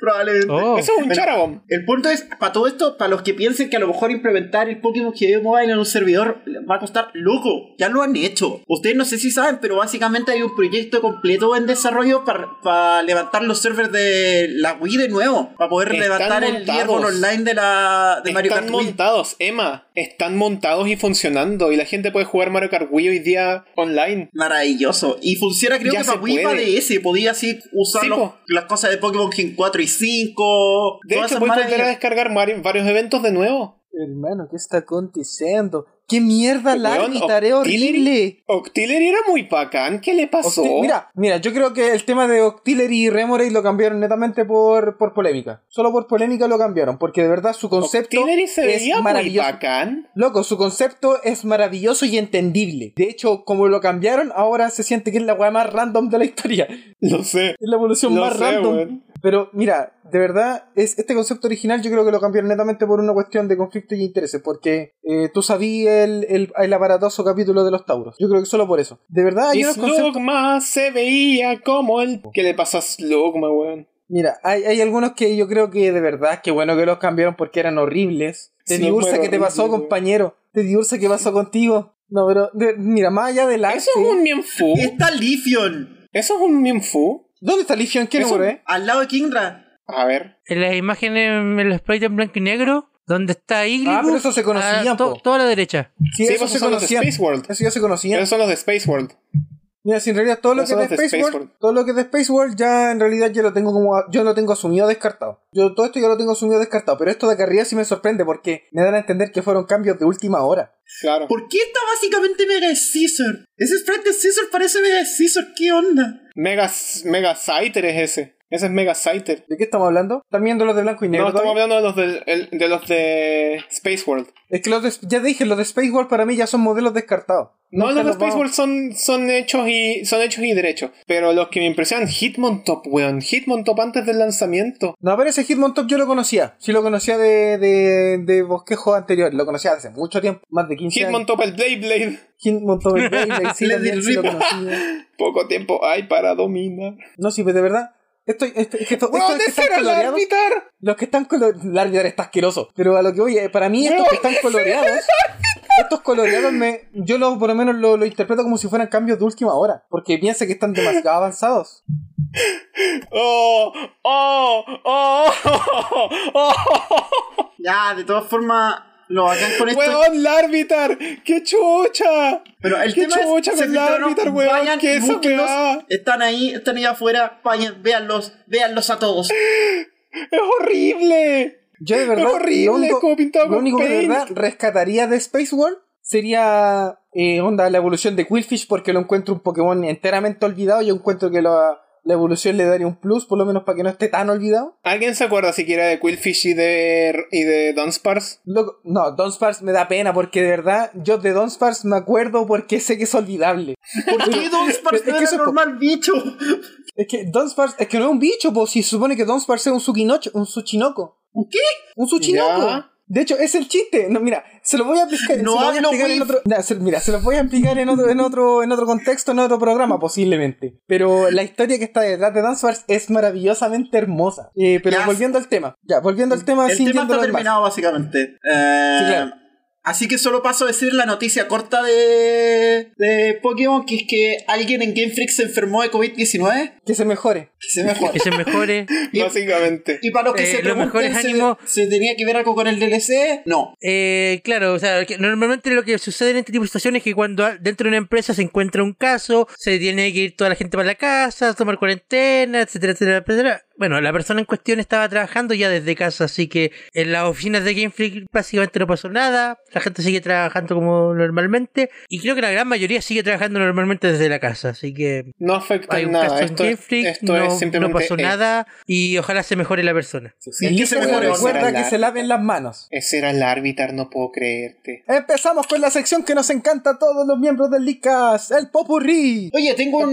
S2: Probablemente.
S3: Oh.
S4: Eso es un Charabon.
S2: El punto es, para todo esto, para los que piensen que a lo mejor implementar el Pokémon GD Mobile en un servidor va a costar loco, ya lo han hecho. Ustedes no sé si saben, pero básicamente hay un proyecto completo en desarrollo para para levantar los servers de la Wii de nuevo, para poder
S4: Están
S2: levantar el
S4: montados.
S2: Diablo Online de, la, de Mario
S4: Están
S2: Kart Wii.
S4: montados, Emma. Están montados y funcionando. Y la gente puede jugar Mario Kart Wii hoy día online.
S2: Maravilloso. Y funciona creo
S4: Ya
S2: que
S4: se
S2: para Wii y para
S4: puede.
S2: DS. Podía así usar
S4: Sí,
S2: los-
S4: po.
S2: las cosas de Pokémon Gen 4 y 5.
S4: De
S2: todas
S4: hecho,
S2: esas
S4: puedes volver a
S2: maravillas.
S4: descargar mari- varios eventos de nuevo.
S1: Hermano, ¿qué está aconteciendo? ¿Qué mierda la
S4: Weón,
S1: tarea
S4: Octillery-
S1: horrible?
S4: Octillery era muy bacán. ¿Qué le pasó?
S1: Octi- mira, mira, yo creo que el tema de Octillery y Remoraid lo cambiaron netamente por, por polémica. Solo por polémica lo cambiaron, porque de verdad su concepto
S4: Octillery se veía
S1: es
S4: muy
S1: maravilloso.
S4: bacán.
S1: Loco, su concepto es maravilloso y entendible. De hecho, como lo cambiaron, ahora se siente que es la weá más random de la historia. Es
S4: Lo sé.
S1: la evolución
S4: Lo
S1: más
S4: sé,
S1: random.
S4: weón.
S1: Pero mira, de verdad, es, este concepto original yo creo que lo cambiaron netamente por una cuestión de conflicto y intereses, porque eh, tú sabías el, el, el aparatoso capítulo de los Tauros. Yo creo que solo por eso. De verdad, hay unos Ah, conceptos...
S4: Slugma se veía como el... ¿Qué le pasa a Slugma, weón?
S1: Mira, hay, hay algunos que yo creo que de verdad, que bueno que los cambiaron porque eran horribles. Te
S4: Sí,
S1: diursa,
S4: fueron
S1: ¿qué te pasó,
S4: horribles.
S1: compañero? Te diursa, ¿qué pasó contigo? No, pero de- mira, más allá del arte...
S4: Eso es un Mienfu.
S2: Está Lifion.
S4: Eso es un Mienfu.
S1: ¿Dónde está Lifion? ¿Qué
S4: Eso-
S1: número es?
S2: Al lado de Kindra.
S4: A ver.
S3: En las imágenes, en los sprites en blanco y negro, donde está Iglibuff.
S1: Ah, pero eso se conocía,
S3: a to-
S1: po.
S3: toda la derecha.
S1: Sí,
S4: Sí,
S1: eso
S4: pues
S1: se
S4: son los de
S1: conocían.
S4: Space World.
S1: Eso ya se conocían.
S4: Esos son los de Space World.
S1: Mira, si en realidad todo lo
S4: Esos
S1: que es de
S4: son los
S1: Space, World, todo lo que es de Space World ya en realidad yo lo tengo como yo lo tengo asumido descartado. Yo todo esto yo lo tengo asumido descartado, pero esto de acá arriba sí me sorprende porque me dan a entender que fueron cambios de última hora.
S4: Claro.
S2: ¿Por qué está básicamente Mega Scissor? Ese sprite de Scissor parece Mega Scissor, ¿qué onda?
S4: Mega, Mega Scyther es ese. Ese es Mega Scyther.
S1: ¿De qué estamos hablando? ¿Están viendo los de blanco y negro?
S4: No, estamos
S1: todavía?
S4: hablando de los de, el- de los de Space World.
S1: Es que los de- ya dije, los de Space World para mí ya son modelos descartados.
S4: No,
S1: Nunca
S4: los de
S1: los
S4: Space
S1: vamos-
S4: World son, son hechos y son hechos y derechos. Pero los que me impresionan, Hitmon Top, weón. Hitmon Top antes del lanzamiento.
S1: No, pero ese Hitmon Top yo lo conocía. Sí lo conocía de, de, de bosquejos anteriores. Lo conocía hace mucho tiempo, más de 15
S4: Hitmon
S1: años.
S4: Top, el Blade Blade.
S1: Hitmon Top. el Beyblade, sí,
S2: Le
S1: también,
S2: di
S1: sí lo
S2: risa.
S1: conocía.
S4: Poco tiempo hay para dominar.
S1: No, sí, pero de verdad. Esto, esto, es que esto- estos que están coloreados.
S4: árbitro?
S1: Los que están coloreados. El árbitro está asqueroso. Pero a lo que voy, eh, para mí, estos
S4: Weón,
S1: que están coloreados. Estos coloreados, me, yo los, por lo menos lo, lo interpreto como si fueran cambios de última hora. Porque piensa que están demasiado avanzados.
S4: Oh, oh, oh, oh, oh.
S2: Ya, de todas formas, lo bacán con esto.
S4: Weón, el árbitro. ¡Qué chucha!
S2: pero el
S4: qué
S2: tema
S4: chucha
S2: es, se
S4: con la
S2: filtraron,
S4: árbitra, weón,
S2: vayan,
S4: que esa
S2: búsquenlos,
S4: weá.
S2: están ahí, están ahí afuera, vayan, véanlos, véanlos a todos.
S4: ¡Es horrible!
S1: Yo de verdad,
S4: Es horrible,
S1: lo único,
S4: como pintado
S1: lo
S4: con
S1: único que de
S4: paint.
S1: verdad rescataría de Space World sería eh, onda la evolución de Quillfish porque lo encuentro un Pokémon enteramente olvidado. Yo encuentro que la, la evolución le daría un plus, por lo menos para que no esté tan olvidado.
S4: ¿Alguien se acuerda siquiera de Quillfish y de, y de Dunsparce?
S1: Loco, no, Donspars me da pena porque de verdad yo de Donspars me acuerdo porque sé que es olvidable.
S2: ¿Por qué Don
S1: Es que
S2: Spartan
S1: eso
S2: era
S1: es po-
S2: normal bicho?
S1: Es que Donspars es que no es un bicho, pues si se supone que Donspars es un suquinocho, un suchinoco.
S2: ¿Por qué?
S1: Un suchinoco.
S4: Ya.
S1: De hecho, es el chiste. No, mira, se lo voy a explicar, se
S2: No
S1: lo voy a
S2: hablo,
S1: explicar en
S2: Wilf.
S1: otro. na, se- mira, se lo voy a explicar en otro, en otro, en otro contexto, en otro programa, posiblemente. Pero la historia que está detrás de Dance Wars es maravillosamente hermosa. Eh, pero
S2: Ya.
S1: volviendo al tema. Ya, volviendo al tema
S2: El
S1: sin
S2: tema está
S1: yéndonos más.
S2: terminado, básicamente. Eh,
S1: Sí, claro.
S2: Así que solo paso a decir la noticia corta de, de Pokémon, que es que alguien en Game Freak se enfermó de COVID-19.
S1: Que se mejore.
S2: Que se mejor.
S3: Que se mejore.
S2: Y-
S4: Básicamente.
S2: Y para los que
S3: Eh,
S2: se
S3: los mejores
S2: pregunten, ¿se,
S3: ánimos.
S2: ¿se tenía que ver algo con el DLC? No.
S3: Eh, claro, o sea, que normalmente lo que sucede en este tipo de situaciones es que cuando a- dentro de una empresa se encuentra un caso, se tiene que ir toda la gente para la casa, tomar cuarentena, etcétera, etcétera, etcétera. Bueno, la persona en cuestión estaba trabajando ya desde casa, así que en las oficinas de Game Freak básicamente no pasó nada, la gente sigue trabajando como normalmente, y creo que la gran mayoría sigue trabajando normalmente desde la casa, así que
S4: No afecta
S3: hay
S4: en
S3: un
S4: nada.
S3: caso en
S4: Esto,
S3: Game
S4: es-
S3: Freak,
S4: esto
S3: no,
S4: es
S3: no
S4: simplemente.
S3: pasó
S4: eh,
S3: nada, y ojalá se mejore la persona.
S1: Y
S2: es que se
S1: Lisa
S2: mejore,
S1: me recuerda
S4: será
S1: que
S4: la-
S1: se laven las manos.
S4: Ese era el árbitro, no puedo creerte.
S1: Empezamos con la sección que nos encanta a todos los miembros del Licas, el Popurrí.
S2: Oye, tengo un,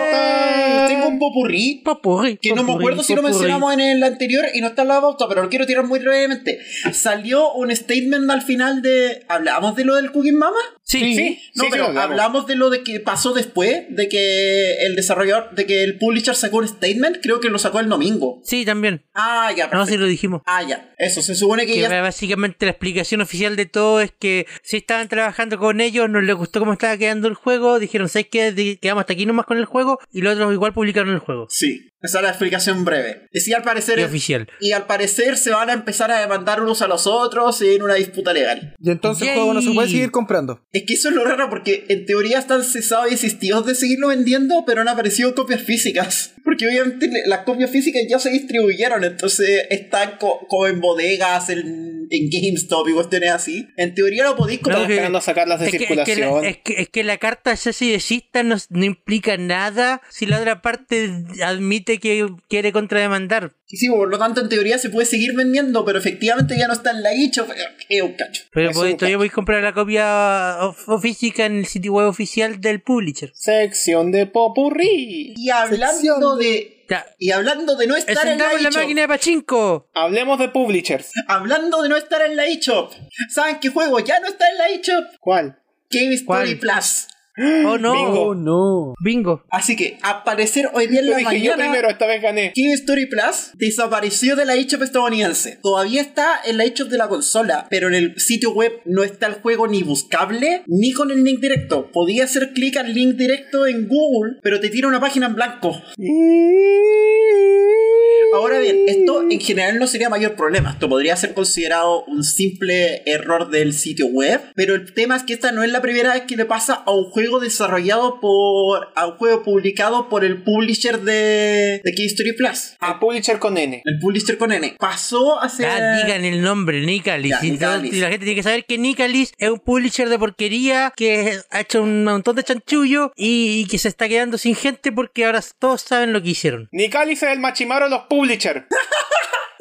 S3: Yay.
S2: tengo un popurrí
S3: Popurrí,
S2: que no me
S3: popurrí,
S2: acuerdo si lo
S3: popurrí.
S2: mencionamos en el anterior y no está en la pauta, pero lo quiero tirar muy brevemente. Salió un statement al final de... ¿Hablamos de lo del Cooking Mama?
S3: Sí,
S4: Sí.
S2: No,
S4: sí,
S2: pero
S4: lo hablamos.
S2: hablamos de lo de que pasó después, de que el desarrollador, de que el publisher sacó un statement, creo que lo sacó el domingo.
S3: sí, también.
S2: Ah, ya,
S3: No, sí
S2: perfecto.
S3: lo dijimos.
S2: Ah, ya. Eso, se supone que
S3: Que
S2: ya...
S3: básicamente la explicación oficial de todo es que si estaban trabajando con ellos, no les gustó cómo estaba quedando el juego, dijeron, ¿sabes qué? Di- Quedamos hasta aquí nomás con el juego, y los otros igual publicaron el juego.
S2: Sí, esa es la explicación breve. Y sí, al parecer...
S3: Y
S2: es-
S3: oficial.
S2: Y al parecer se van a empezar a demandar unos a los otros en una disputa legal.
S1: Y entonces
S3: Yay.
S1: el juego no se puede seguir comprando.
S2: Es que eso es lo raro porque en teoría están cesados y desistidos de seguirlo vendiendo, pero han aparecido copias físicas. Porque obviamente le- las copias físicas ya se distribuyeron, entonces están co- como en bodegas, en, en GameStop y cuestiones así. En teoría lo podéis comprar.
S3: No, que-
S4: Esperando sacarlas de
S3: Es que, es, que
S4: circulación.
S3: la, es que- es que la carta de cese y desista no, no implica nada si la otra parte admite que quiere contrademandar.
S2: Y Sí, por lo tanto en teoría se puede seguir vendiendo, pero efectivamente ya no está en la eShop. Es un cacho.
S3: Pero
S4: Es
S3: pues,
S4: un
S3: todavía voy a comprar la copia of- of- física en el sitio web oficial del publisher.
S4: Sección de Popurrí.
S2: Y hablando
S1: Sección
S2: de...
S3: Ya,
S2: Y hablando de no estar en la
S3: encendamos la
S2: eShop.
S3: máquina de pachinko.
S4: Hablemos de Publishers.
S2: Hablando de no estar en la eShop, ¿saben qué juego ya no está en la eShop?
S4: ¿Cuál?
S2: Game Story
S3: ¿Cuál?
S2: Plus.
S3: Oh no,
S4: Bingo.
S1: Oh no.
S3: bingo.
S2: Así que aparecer hoy día en
S4: Lo
S2: la
S4: dije yo
S2: mañana.
S4: primero, esta vez gané.
S2: Game Story Plus desapareció de la eShop estadounidense. Todavía está en la eShop de la consola, pero en el sitio web no está el juego ni buscable ni con el link directo. Podía hacer clic al link directo en Google, pero te tira una página en blanco. Ahora bien, esto en general no sería mayor problema. Esto podría ser considerado un simple error del sitio web. Pero el tema es que esta no es la primera vez que le pasa a un juego desarrollado por. a un juego publicado por el publisher de. de Key Story Plus.
S3: Ah.
S4: A Publisher con N.
S2: El publisher con N. Pasó hace.
S3: Ya digan el nombre, Nicalis.
S2: Ya,
S3: Y todo-
S2: Nicalis.
S3: y la gente tiene que saber que Nicalis es un publisher de porquería que ha hecho un montón de chanchullo y, y que se está quedando sin gente porque ahora todos saben lo que hicieron.
S4: Nicalis es el Machimaro de los Publisher.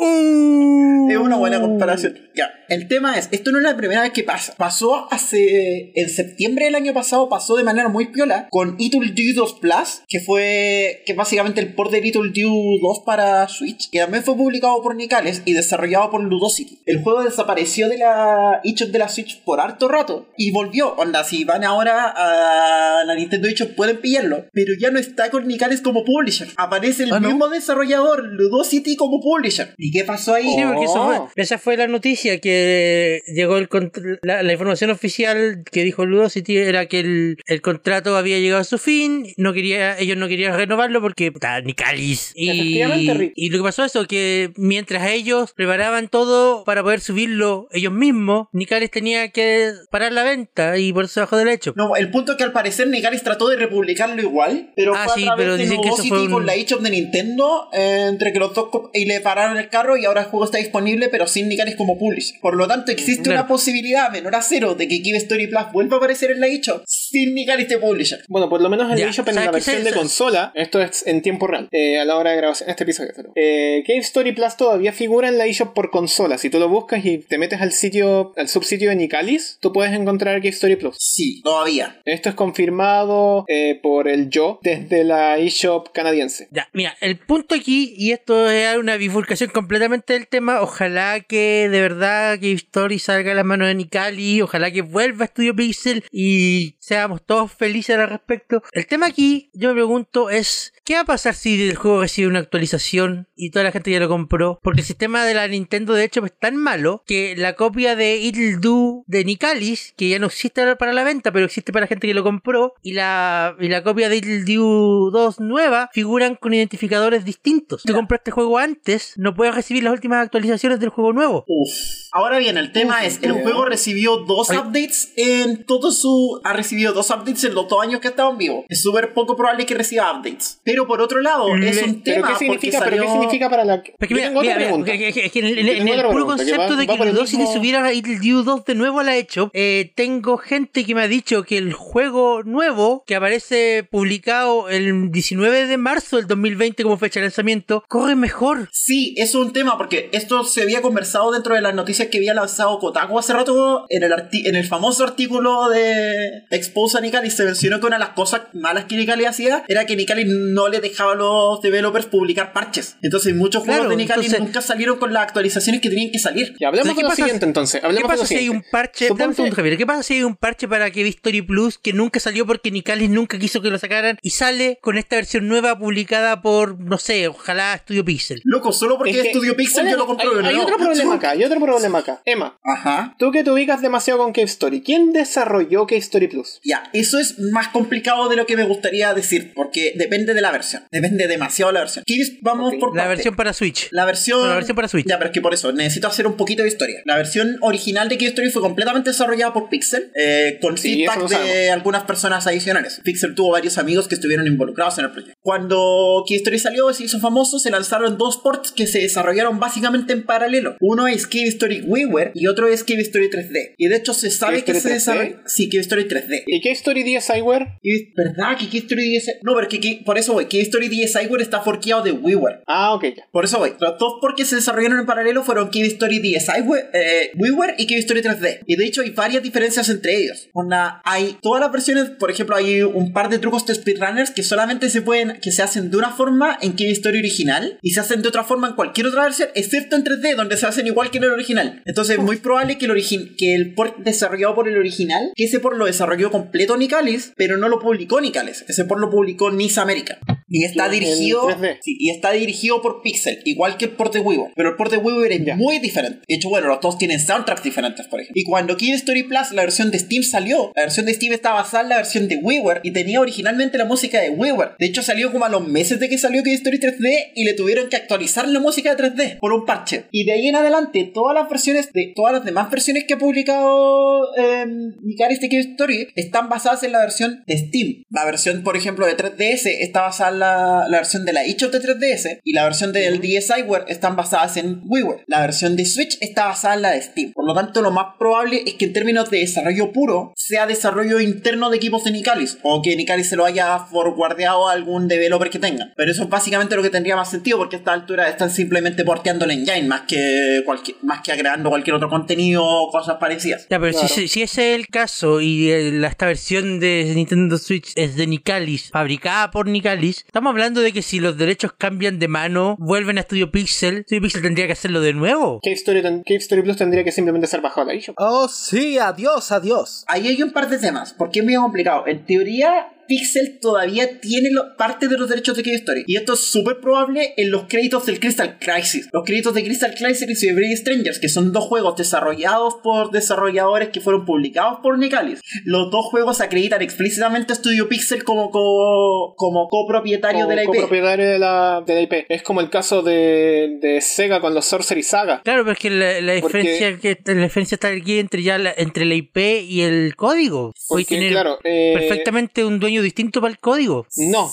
S2: Es una buena comparación. Ya. El tema es, esto no es la primera vez que pasa. Pasó hace. En septiembre del año pasado pasó de manera muy piola con Dude 2 Plus, que fue. que básicamente el port de Dude 2 para Switch, que también fue publicado por Nicales y desarrollado por Ludocity. El juego desapareció de la eShop de la Switch por harto rato y volvió. Onda, si van ahora a la Nintendo eShop pueden pillarlo, pero ya no está con Nicales como publisher. Aparece el
S3: Ah, ¿no?
S2: mismo desarrollador, Ludocity, como publisher. ¿Y qué pasó ahí?
S3: Sí, porque eso
S4: Oh.
S3: fue- esa fue la noticia que llegó el contr- la, la información oficial que dijo Ludocity era que el, el contrato había llegado a su fin, no quería, ellos no querían renovarlo porque puta, ni cáliz. Y,
S4: Efectivamente, Rick.
S3: y lo que pasó eso que mientras ellos preparaban todo para poder subirlo ellos mismos, Nicalis tenía que parar la venta y por eso bajó del hecho.
S2: No, el punto es que al parecer Nicalis trató de republicarlo igual, pero
S3: Ah,
S2: fue a
S3: sí,
S2: través
S3: pero
S2: de
S3: dicen que eso
S2: Nudosity
S3: fue un-
S2: con la eShop de Nintendo, eh, entre que los dos co- y le pararon el carro y ahora el juego está disponible, pero sin Nicalis como publisher. Por lo tanto, existe
S3: Claro.
S2: una posibilidad menor a cero de que Give Story Plus vuelva a aparecer en la eShop sin Nicalis de publisher.
S4: Bueno, por lo menos en
S3: Ya,
S4: el eShop en
S3: ¿sabes
S4: la
S3: qué
S4: versión
S3: es
S4: de
S3: eso?
S4: consola, esto es en tiempo real, eh, a la hora de grabación, este episodio. pero, eh, Game Story Plus todavía figura en la eShop por consola. Si tú lo buscas y te metes al sitio, al subsitio de Nicalis, tú puedes encontrar Game Story Plus.
S2: Sí, todavía.
S4: Esto es confirmado eh, por el yo desde la eShop canadiense.
S3: Ya, mira, el punto aquí, y esto es una bifurcación completamente del tema, ojalá que de verdad que Story salga a las manos de Nicali, ojalá que vuelva a Studio Pixel y seamos todos felices al respecto. El tema aquí, yo me pregunto, es ¿qué va a pasar si el juego recibe una actualización y toda la gente ya lo compró? Porque el sistema de la Nintendo de hecho es tan malo que la copia de It'll Do de Nicalis, que ya no existe ahora para la venta, pero existe para la gente que lo compró, y la, y la copia de Little Dew 2 nueva figuran con identificadores distintos. Si tú compraste el juego antes, no puedes recibir las últimas actualizaciones del juego nuevo.
S2: Uf. Ahora bien, el tema
S4: Uf,
S2: es, el
S4: ya.
S2: juego recibió dos
S3: Ay.
S2: updates en todo su... Ha recibido dos updates en los dos años que ha estado en vivo. Es súper poco probable que reciba updates. Pero por otro lado,
S3: Le-
S2: es un
S4: ¿Pero
S2: tema porque
S4: qué significa?
S2: salió...
S4: ¿Pero qué significa para la.?
S3: Pero es que
S4: Yo
S3: mira,
S4: tengo otra
S3: mira, mira,
S4: pregunta.
S3: que- que- que- que en el,
S4: Yo
S3: en el- en
S4: tengo
S3: el
S4: otra
S3: puro
S4: pregunta, que
S3: concepto
S4: va-
S3: de
S4: va
S3: que
S4: por el
S3: Little si le
S4: mismo-
S3: subiera Little Dew 2 de nuevo a la hecho, tengo gente que me ha dicho que el juego nuevo, que aparece publicado el 19 de marzo del 2020 como fecha de lanzamiento, corre mejor.
S2: Sí, eso es un tema porque esto se había conversado dentro de las noticias que había lanzado Kotaku hace rato en el, arti- en el famoso artículo de Expose a Nicalis se mencionó que una de las cosas malas que Nicalis hacía era que Nicalis no le dejaba a los developers publicar parches. Entonces muchos juegos
S3: Claro,
S2: de Nicalis
S3: entonces-
S2: nunca salieron con las actualizaciones que tenían que salir.
S4: Ya, hablemos
S3: Entonces, ¿qué
S4: de lo
S3: pasa-
S4: siguiente entonces.
S3: ¿Qué
S4: Hablemos de
S3: pasa
S4: lo
S3: si hay un
S4: siguiente.
S3: parche? Dame un
S4: Suponte-
S3: segundo, Javier. ¿Qué pasa si hay un parche para que Story Plus que nunca salió porque Nicalis nunca quiso que lo sacaran y sale con esta versión nueva publicada por, no sé, ojalá Studio Pixel?
S2: Loco, solo porque
S4: Es que-
S2: Studio
S4: ¿cuál
S2: Pixel
S4: es-
S2: yo lo compro
S4: Hay, hay otro problema acá, hay otro problema acá. Emma,
S2: Ajá.
S4: tú que te ubicas demasiado con Cave Story, ¿quién desarrolló Cave Story Plus?
S2: Ya, eso es más complicado de lo que me gustaría decir, porque depende de la versión. Depende demasiado de la versión. ¿Quieres? Vamos
S4: Ok.
S2: por
S3: La
S2: partes.
S3: versión para Switch.
S2: La versión...
S3: Bueno, la versión para Switch.
S2: Ya, pero es que por eso, necesito hacer un poquito de historia. La versión original de Key Story fue completamente desarrollada por Pixel, eh, con
S4: Sí, eso
S2: feedback
S4: lo
S2: de
S4: sabemos.
S2: algunas personas adicionales. Pixel tuvo varios amigos que estuvieron involucrados en el proyecto. Cuando Key Story salió, se hizo famoso, se lanzaron dos ports que se desarrollaron básicamente en paralelo. Uno es Key Story WiiWare y otro es Key Story 3D. Y de hecho se sabe
S4: Cave
S2: que
S4: Story
S2: se
S4: 3D?
S2: desarrolló... Sí, Key Story 3D.
S4: ¿Y Cave Story DSiWare?
S2: Y es verdad que Key Story 10... No, pero es que Key- por eso, güey, Key Story 10 Cyber está forqueado de WiiWare.
S4: Ah, ok, ya.
S2: Por eso voy. Los dos porque se desarrollaron en paralelo fueron Cave Story 10, iWare, eh, WiiWare y Cave Story 3D. Y de hecho hay varias diferencias entre ellos. Una, hay todas las versiones, por ejemplo, hay un par de trucos de speedrunners que solamente se pueden, que se hacen de una forma en Cave Story original y se hacen de otra forma en cualquier otra versión, excepto en 3D, donde se hacen igual que en el original. Entonces es muy probable que el, origi- que el port desarrollado por el original, que ese port lo desarrolló completo Nicalis, pero no lo publicó Nicalis. Ese port lo publicó Nice America. Y está
S4: en
S2: dirigido
S4: 3D.
S2: sí, y está dirigido por Pixel, igual que el port de Weaver. Pero el port de Weaver es
S4: Ya.
S2: muy diferente. De hecho, bueno, los dos tienen soundtracks diferentes, por ejemplo. Y cuando Key Story Plus, la versión de Steam salió, la versión de Steam está basada en la versión de Weaver y tenía originalmente la música de Weaver. De hecho, salió como a los meses de que salió Key Story 3D y le tuvieron que actualizar la música de 3D por un parche. Y de ahí en adelante, todas las versiones de todas las demás versiones que ha publicado eh, Mikaris de Key Story están basadas en la versión de Steam. La versión, por ejemplo, de 3DS está basada en la, la versión de la eShop de 3DS y la versión del DSiWare están basadas en WiiWare. La versión de Switch está basada en la de Steam. Por lo tanto, lo más probable es que en términos de desarrollo puro sea desarrollo interno de equipos de Nicalis o que Nicalis se lo haya forwardeado a algún developer que tenga. Pero eso es básicamente lo que tendría más sentido porque a esta altura están simplemente porteando el engine más que, cualquier, más que agregando cualquier otro contenido o cosas parecidas.
S3: Ya, pero si-
S4: Claro.
S3: si, si ese es el caso y el- la- esta versión de Nintendo Switch es de Nicalis, fabricada por Nicalis, estamos hablando de que si los derechos cambian de mano, vuelven a Studio Pixel, Studio Pixel tendría que hacerlo de nuevo.
S4: Cave Story, ten- Cave Story Plus tendría que simplemente ser bajado a la eShop.
S1: Oh, sí, adiós, adiós.
S2: Ahí hay un par de temas, porque es muy complicado. En teoría, Pixel todavía tiene lo- parte de los derechos de Cave Story. Y esto es súper probable en los créditos del Crystal Crisis. Los créditos de Crystal Crisis y Brave Strangers, que son dos juegos desarrollados por desarrolladores que fueron publicados por Nicalis. Los dos juegos acreditan explícitamente a Studio Pixel como, co- como copropietario
S4: Como
S2: de la IP.
S4: copropietario de la, de la IP. Es como el caso de, de Sega con los Sorcery Saga.
S3: Claro, pero es que la, la
S4: Porque-
S3: diferencia que la diferencia está aquí entre ya la, entre la IP y el código. Hoy
S4: Porque,
S3: tienen
S4: claro, eh,
S3: perfectamente un dueño distinto para el código.
S4: No,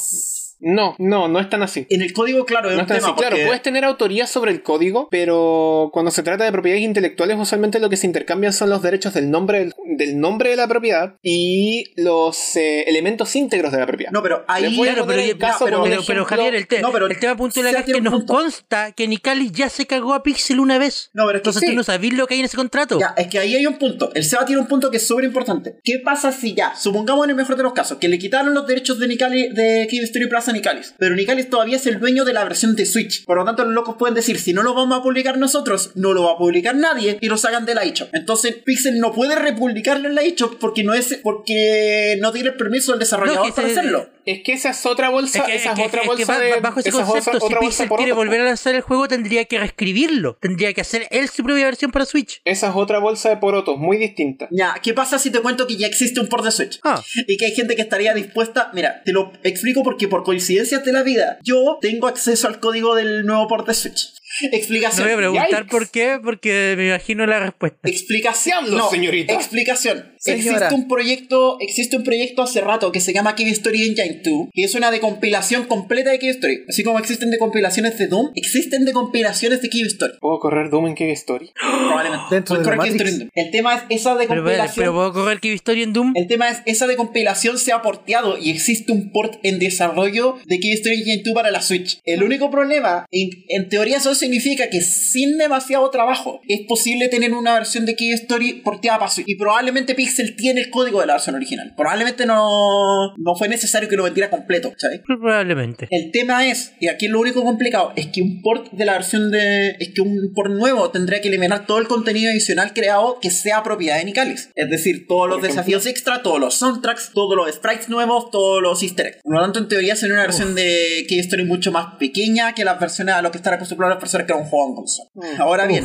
S4: no, no, no es tan así.
S2: En el código, claro, es
S4: No
S2: un
S4: es tan
S2: tema.
S4: así. Claro, pues.
S2: porque-
S4: puedes tener autoría sobre el código, pero cuando se trata de propiedades intelectuales, usualmente lo que se intercambian son los derechos del nombre del, del nombre de la propiedad y los eh, elementos íntegros de la propiedad.
S2: No, pero ahí...
S4: Les voy a
S3: Claro,
S4: poner
S3: pero-
S4: el caso,
S3: Pero,
S4: por
S3: pero,
S4: ejemplo-
S3: Javier, el, te-
S2: no, pero-
S3: el tema puntual
S2: sí,
S3: acá es
S2: tiene
S3: que
S2: un
S3: nos
S2: punto.
S3: consta que Nicalis ya se cagó a Pixel una vez.
S2: No, pero es que
S3: Entonces
S2: sí.
S3: tú no sabés lo que hay en ese contrato.
S2: Ya, es que ahí hay un punto. El SEBA tiene un punto que es súper importante. ¿Qué pasa si ya, supongamos en el mejor de los casos, que le quitaron los derechos de Nicali, de Cave Story Plaza a Nicalis? Pero Nicalis todavía es el dueño de la versión de Switch. Por lo tanto, los locos pueden decir, si no lo vamos a publicar nosotros, no lo va a publicar nadie y lo sacan de la eShop. Entonces, Pixel no puede republicarlo en la eShop porque no es porque no tiene el permiso del desarrollador
S3: No, es que
S2: para
S3: ese-
S2: hacerlo.
S4: Es que esa es otra bolsa,
S3: Es que-
S4: esa
S3: es
S4: es
S3: que- es
S4: otra
S3: que
S4: bolsa
S3: ba-
S4: de
S3: bajo ese
S4: esa es
S3: concepto,
S4: otra- otra
S3: si
S4: bolsa
S3: Pixel
S4: por
S3: quiere
S4: otro.
S3: volver a lanzar el juego, tendría que reescribirlo. Tendría que hacer él su propia versión para Switch.
S4: Esa es otra bolsa de porotos, muy distinta.
S2: Ya, ¿qué pasa si te cuento que ya existe un port de Switch?
S3: Ah.
S2: Y que hay gente que estaría dispuesta. Mira, te lo explico porque por coincidencias de la vida, yo tengo acceso al código del nuevo port de Switch.
S3: No
S2: Explicación.
S3: voy a preguntar
S4: Yikes.
S3: por qué, porque me imagino la respuesta.
S2: Explicación,
S4: Diablo,
S2: no,
S4: señorita.
S2: Explicación.
S1: Señora.
S2: Existe un proyecto, existe un proyecto hace rato que se llama Cave Story Engine 2, que es una decompilación completa de Cave Story. Así como existen decompilaciones de Doom, existen decompilaciones de Cave Story.
S4: ¿Puedo correr Doom en qué Story?
S2: Probablemente.
S1: Dentro
S2: Voy
S1: de la
S2: con Cave Story
S1: Matrix.
S2: en Doom. El tema es esa
S3: Pero, pero,
S2: decompilación.
S3: pero puedo correr que historia en Doom.
S2: El tema es, esa decompilación se ha porteado y existe un port en desarrollo de Keystone Engine 2 para la Switch. El único problema, en, en teoría eso significa que sin demasiado trabajo, es posible tener una versión de Keystory porteada para Switch. Y probablemente Pixel tiene el código de la versión original. Probablemente no, no fue necesario que lo metiera completo, ¿sabes?
S3: Probablemente.
S2: El tema es, y aquí lo único complicado, es que un port de la versión de. es que un port nuevo tendría que eliminar todo el contenido adicional creado que sea propiedad de Nicalis. Es decir, todos los
S4: ejemplo.
S2: desafíos extra, todos los soundtracks, todos los sprites nuevos, todos los easter eggs. Por lo tanto, en teoría sería una versión de Keystory mucho más pequeña que las versiones a lo que están acostumbradas las personas que era un juego en consola. Ahora bien,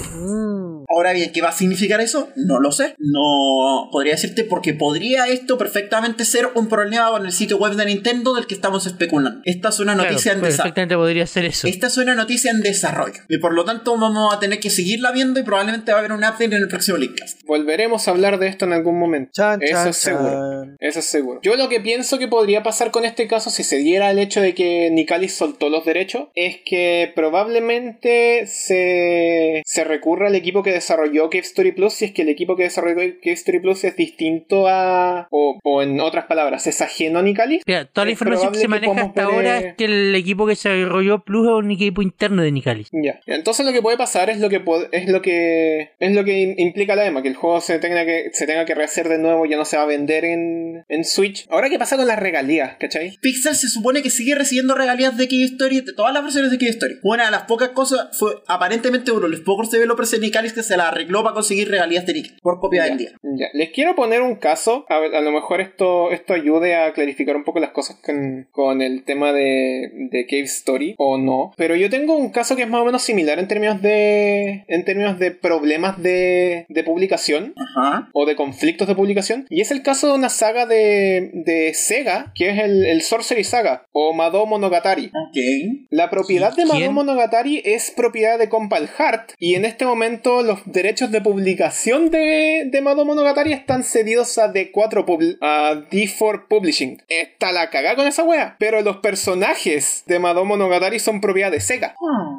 S2: Ahora bien, ¿qué va a significar eso? No lo sé. No podría decirte porque podría esto perfectamente ser un problema con el sitio web de Nintendo del que estamos especulando. Esta es una
S3: Claro,
S2: noticia en desarrollo.
S3: perfectamente podría ser eso.
S2: Esta es una noticia en desarrollo. Y por lo tanto vamos a tener que seguirla viendo y probablemente va a haber un update en el próximo Linkcast.
S4: Volveremos a hablar de esto en algún momento.
S1: Chan,
S4: Eso
S1: chan,
S4: es seguro.
S1: chan.
S4: Eso es seguro. Yo lo que pienso que podría pasar con este caso si se diera el hecho de que Nicalis soltó los derechos es que probablemente se, se recurra al equipo que desarrolló Cave Story Plus si es que el equipo que desarrolló Cave Story Plus es distinto a... o, o en otras palabras, es ajeno a Nicalis.
S3: Mira, toda la
S4: Es
S3: información que se
S4: probable que
S3: maneja hasta
S4: podamos eh,
S3: ahora
S4: poner-
S3: es que el equipo que se desarrolló Plus es un equipo interno de Nicalis.
S4: Ya. Entonces lo que puede pasar es lo que pod- es lo que es lo que im- implica la EMA, que el juego se tenga que se tenga que rehacer de nuevo, ya no se va a vender en, en Switch. Ahora qué pasa con las regalías, ¿cachai?
S2: Pixel se supone que sigue recibiendo regalías de Key Story, de todas las versiones de Key Story. Una de las pocas cosas, cosa fue aparentemente uno los pocos developers de Nicalis que se la arregló para conseguir regalías de Nicalis por copia
S4: Ya,
S2: vendida.
S4: ya. Les quiero poner un caso, a, ver, a lo mejor esto, esto ayude a clarificar un poco las cosas con, con el tema de, de Cave Story o no, pero yo tengo un caso que es más o menos similar en términos de, en términos de problemas de, de publicación
S2: Ajá.
S4: o de conflictos de publicación, y es el caso de una saga de, de Sega, que es el, el Sorcery Saga o Mado Monogatari.
S2: Ok.
S4: La propiedad de Mado
S3: ¿Quién?
S4: Monogatari es propiedad de Compal Heart y en este momento los derechos de publicación de, de Mado Monogatari están cedidos a D4, Pub- a D4 Publishing. Está la cagada con esa wea. Pero los personajes de Mado Monogatari son propiedad de Sega.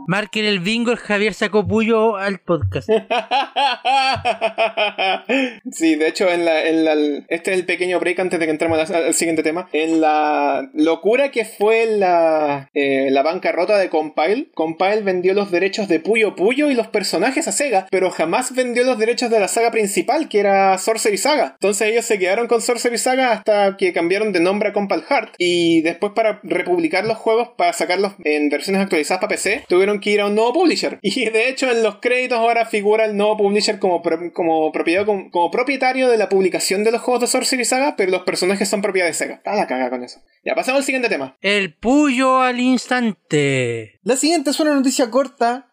S3: Marquen el bingo, el Javier sacó puyo al podcast.
S4: sí, de hecho, en la, en la- este es el pequeño break antes de que entremos al, al siguiente tema. En la locura que fue la, eh, la bancarrota de Compile, Compile vendió los derechos de Puyo Puyo y los personajes a Sega, pero jamás vendió los derechos de la saga principal, que era Sorcery Saga. Entonces ellos se quedaron con Sorcery Saga hasta que cambiaron de nombre a Compile Heart. Y después, para republicar los juegos, para sacarlos en versiones actualizadas para PC, tuvieron que ir a un nuevo publisher. Y de hecho, en los créditos ahora figura el nuevo publisher como, pro- como, propiedad, como, como propietario de la publicación de los juegos de Sorcery Saga, pero los personajes son propiedad de Sega. A la caga con eso. Ya, pasamos al siguiente tema.
S3: El puyo al instante.
S1: La siguiente es una noticia corta.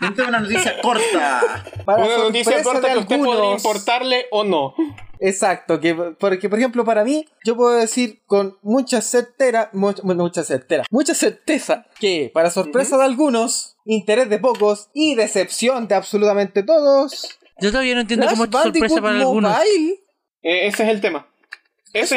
S2: Esta es una noticia corta.
S1: Para
S4: Una noticia
S1: sorpresa Ah,
S4: corta
S1: de
S4: que a usted podría
S1: algunos.
S4: importarle o no.
S1: Exacto, que porque por ejemplo para mí yo puedo decir con mucha certera, mu- bueno, mucha certera, mucha certeza que para sorpresa de algunos, interés de pocos y decepción de absolutamente todos,
S3: Yo todavía no entiendo
S1: Crash
S3: cómo es tu sorpresa
S1: Bandicoot
S3: para
S1: Mobile
S3: algunos.
S4: Eh, ese es el tema. Ese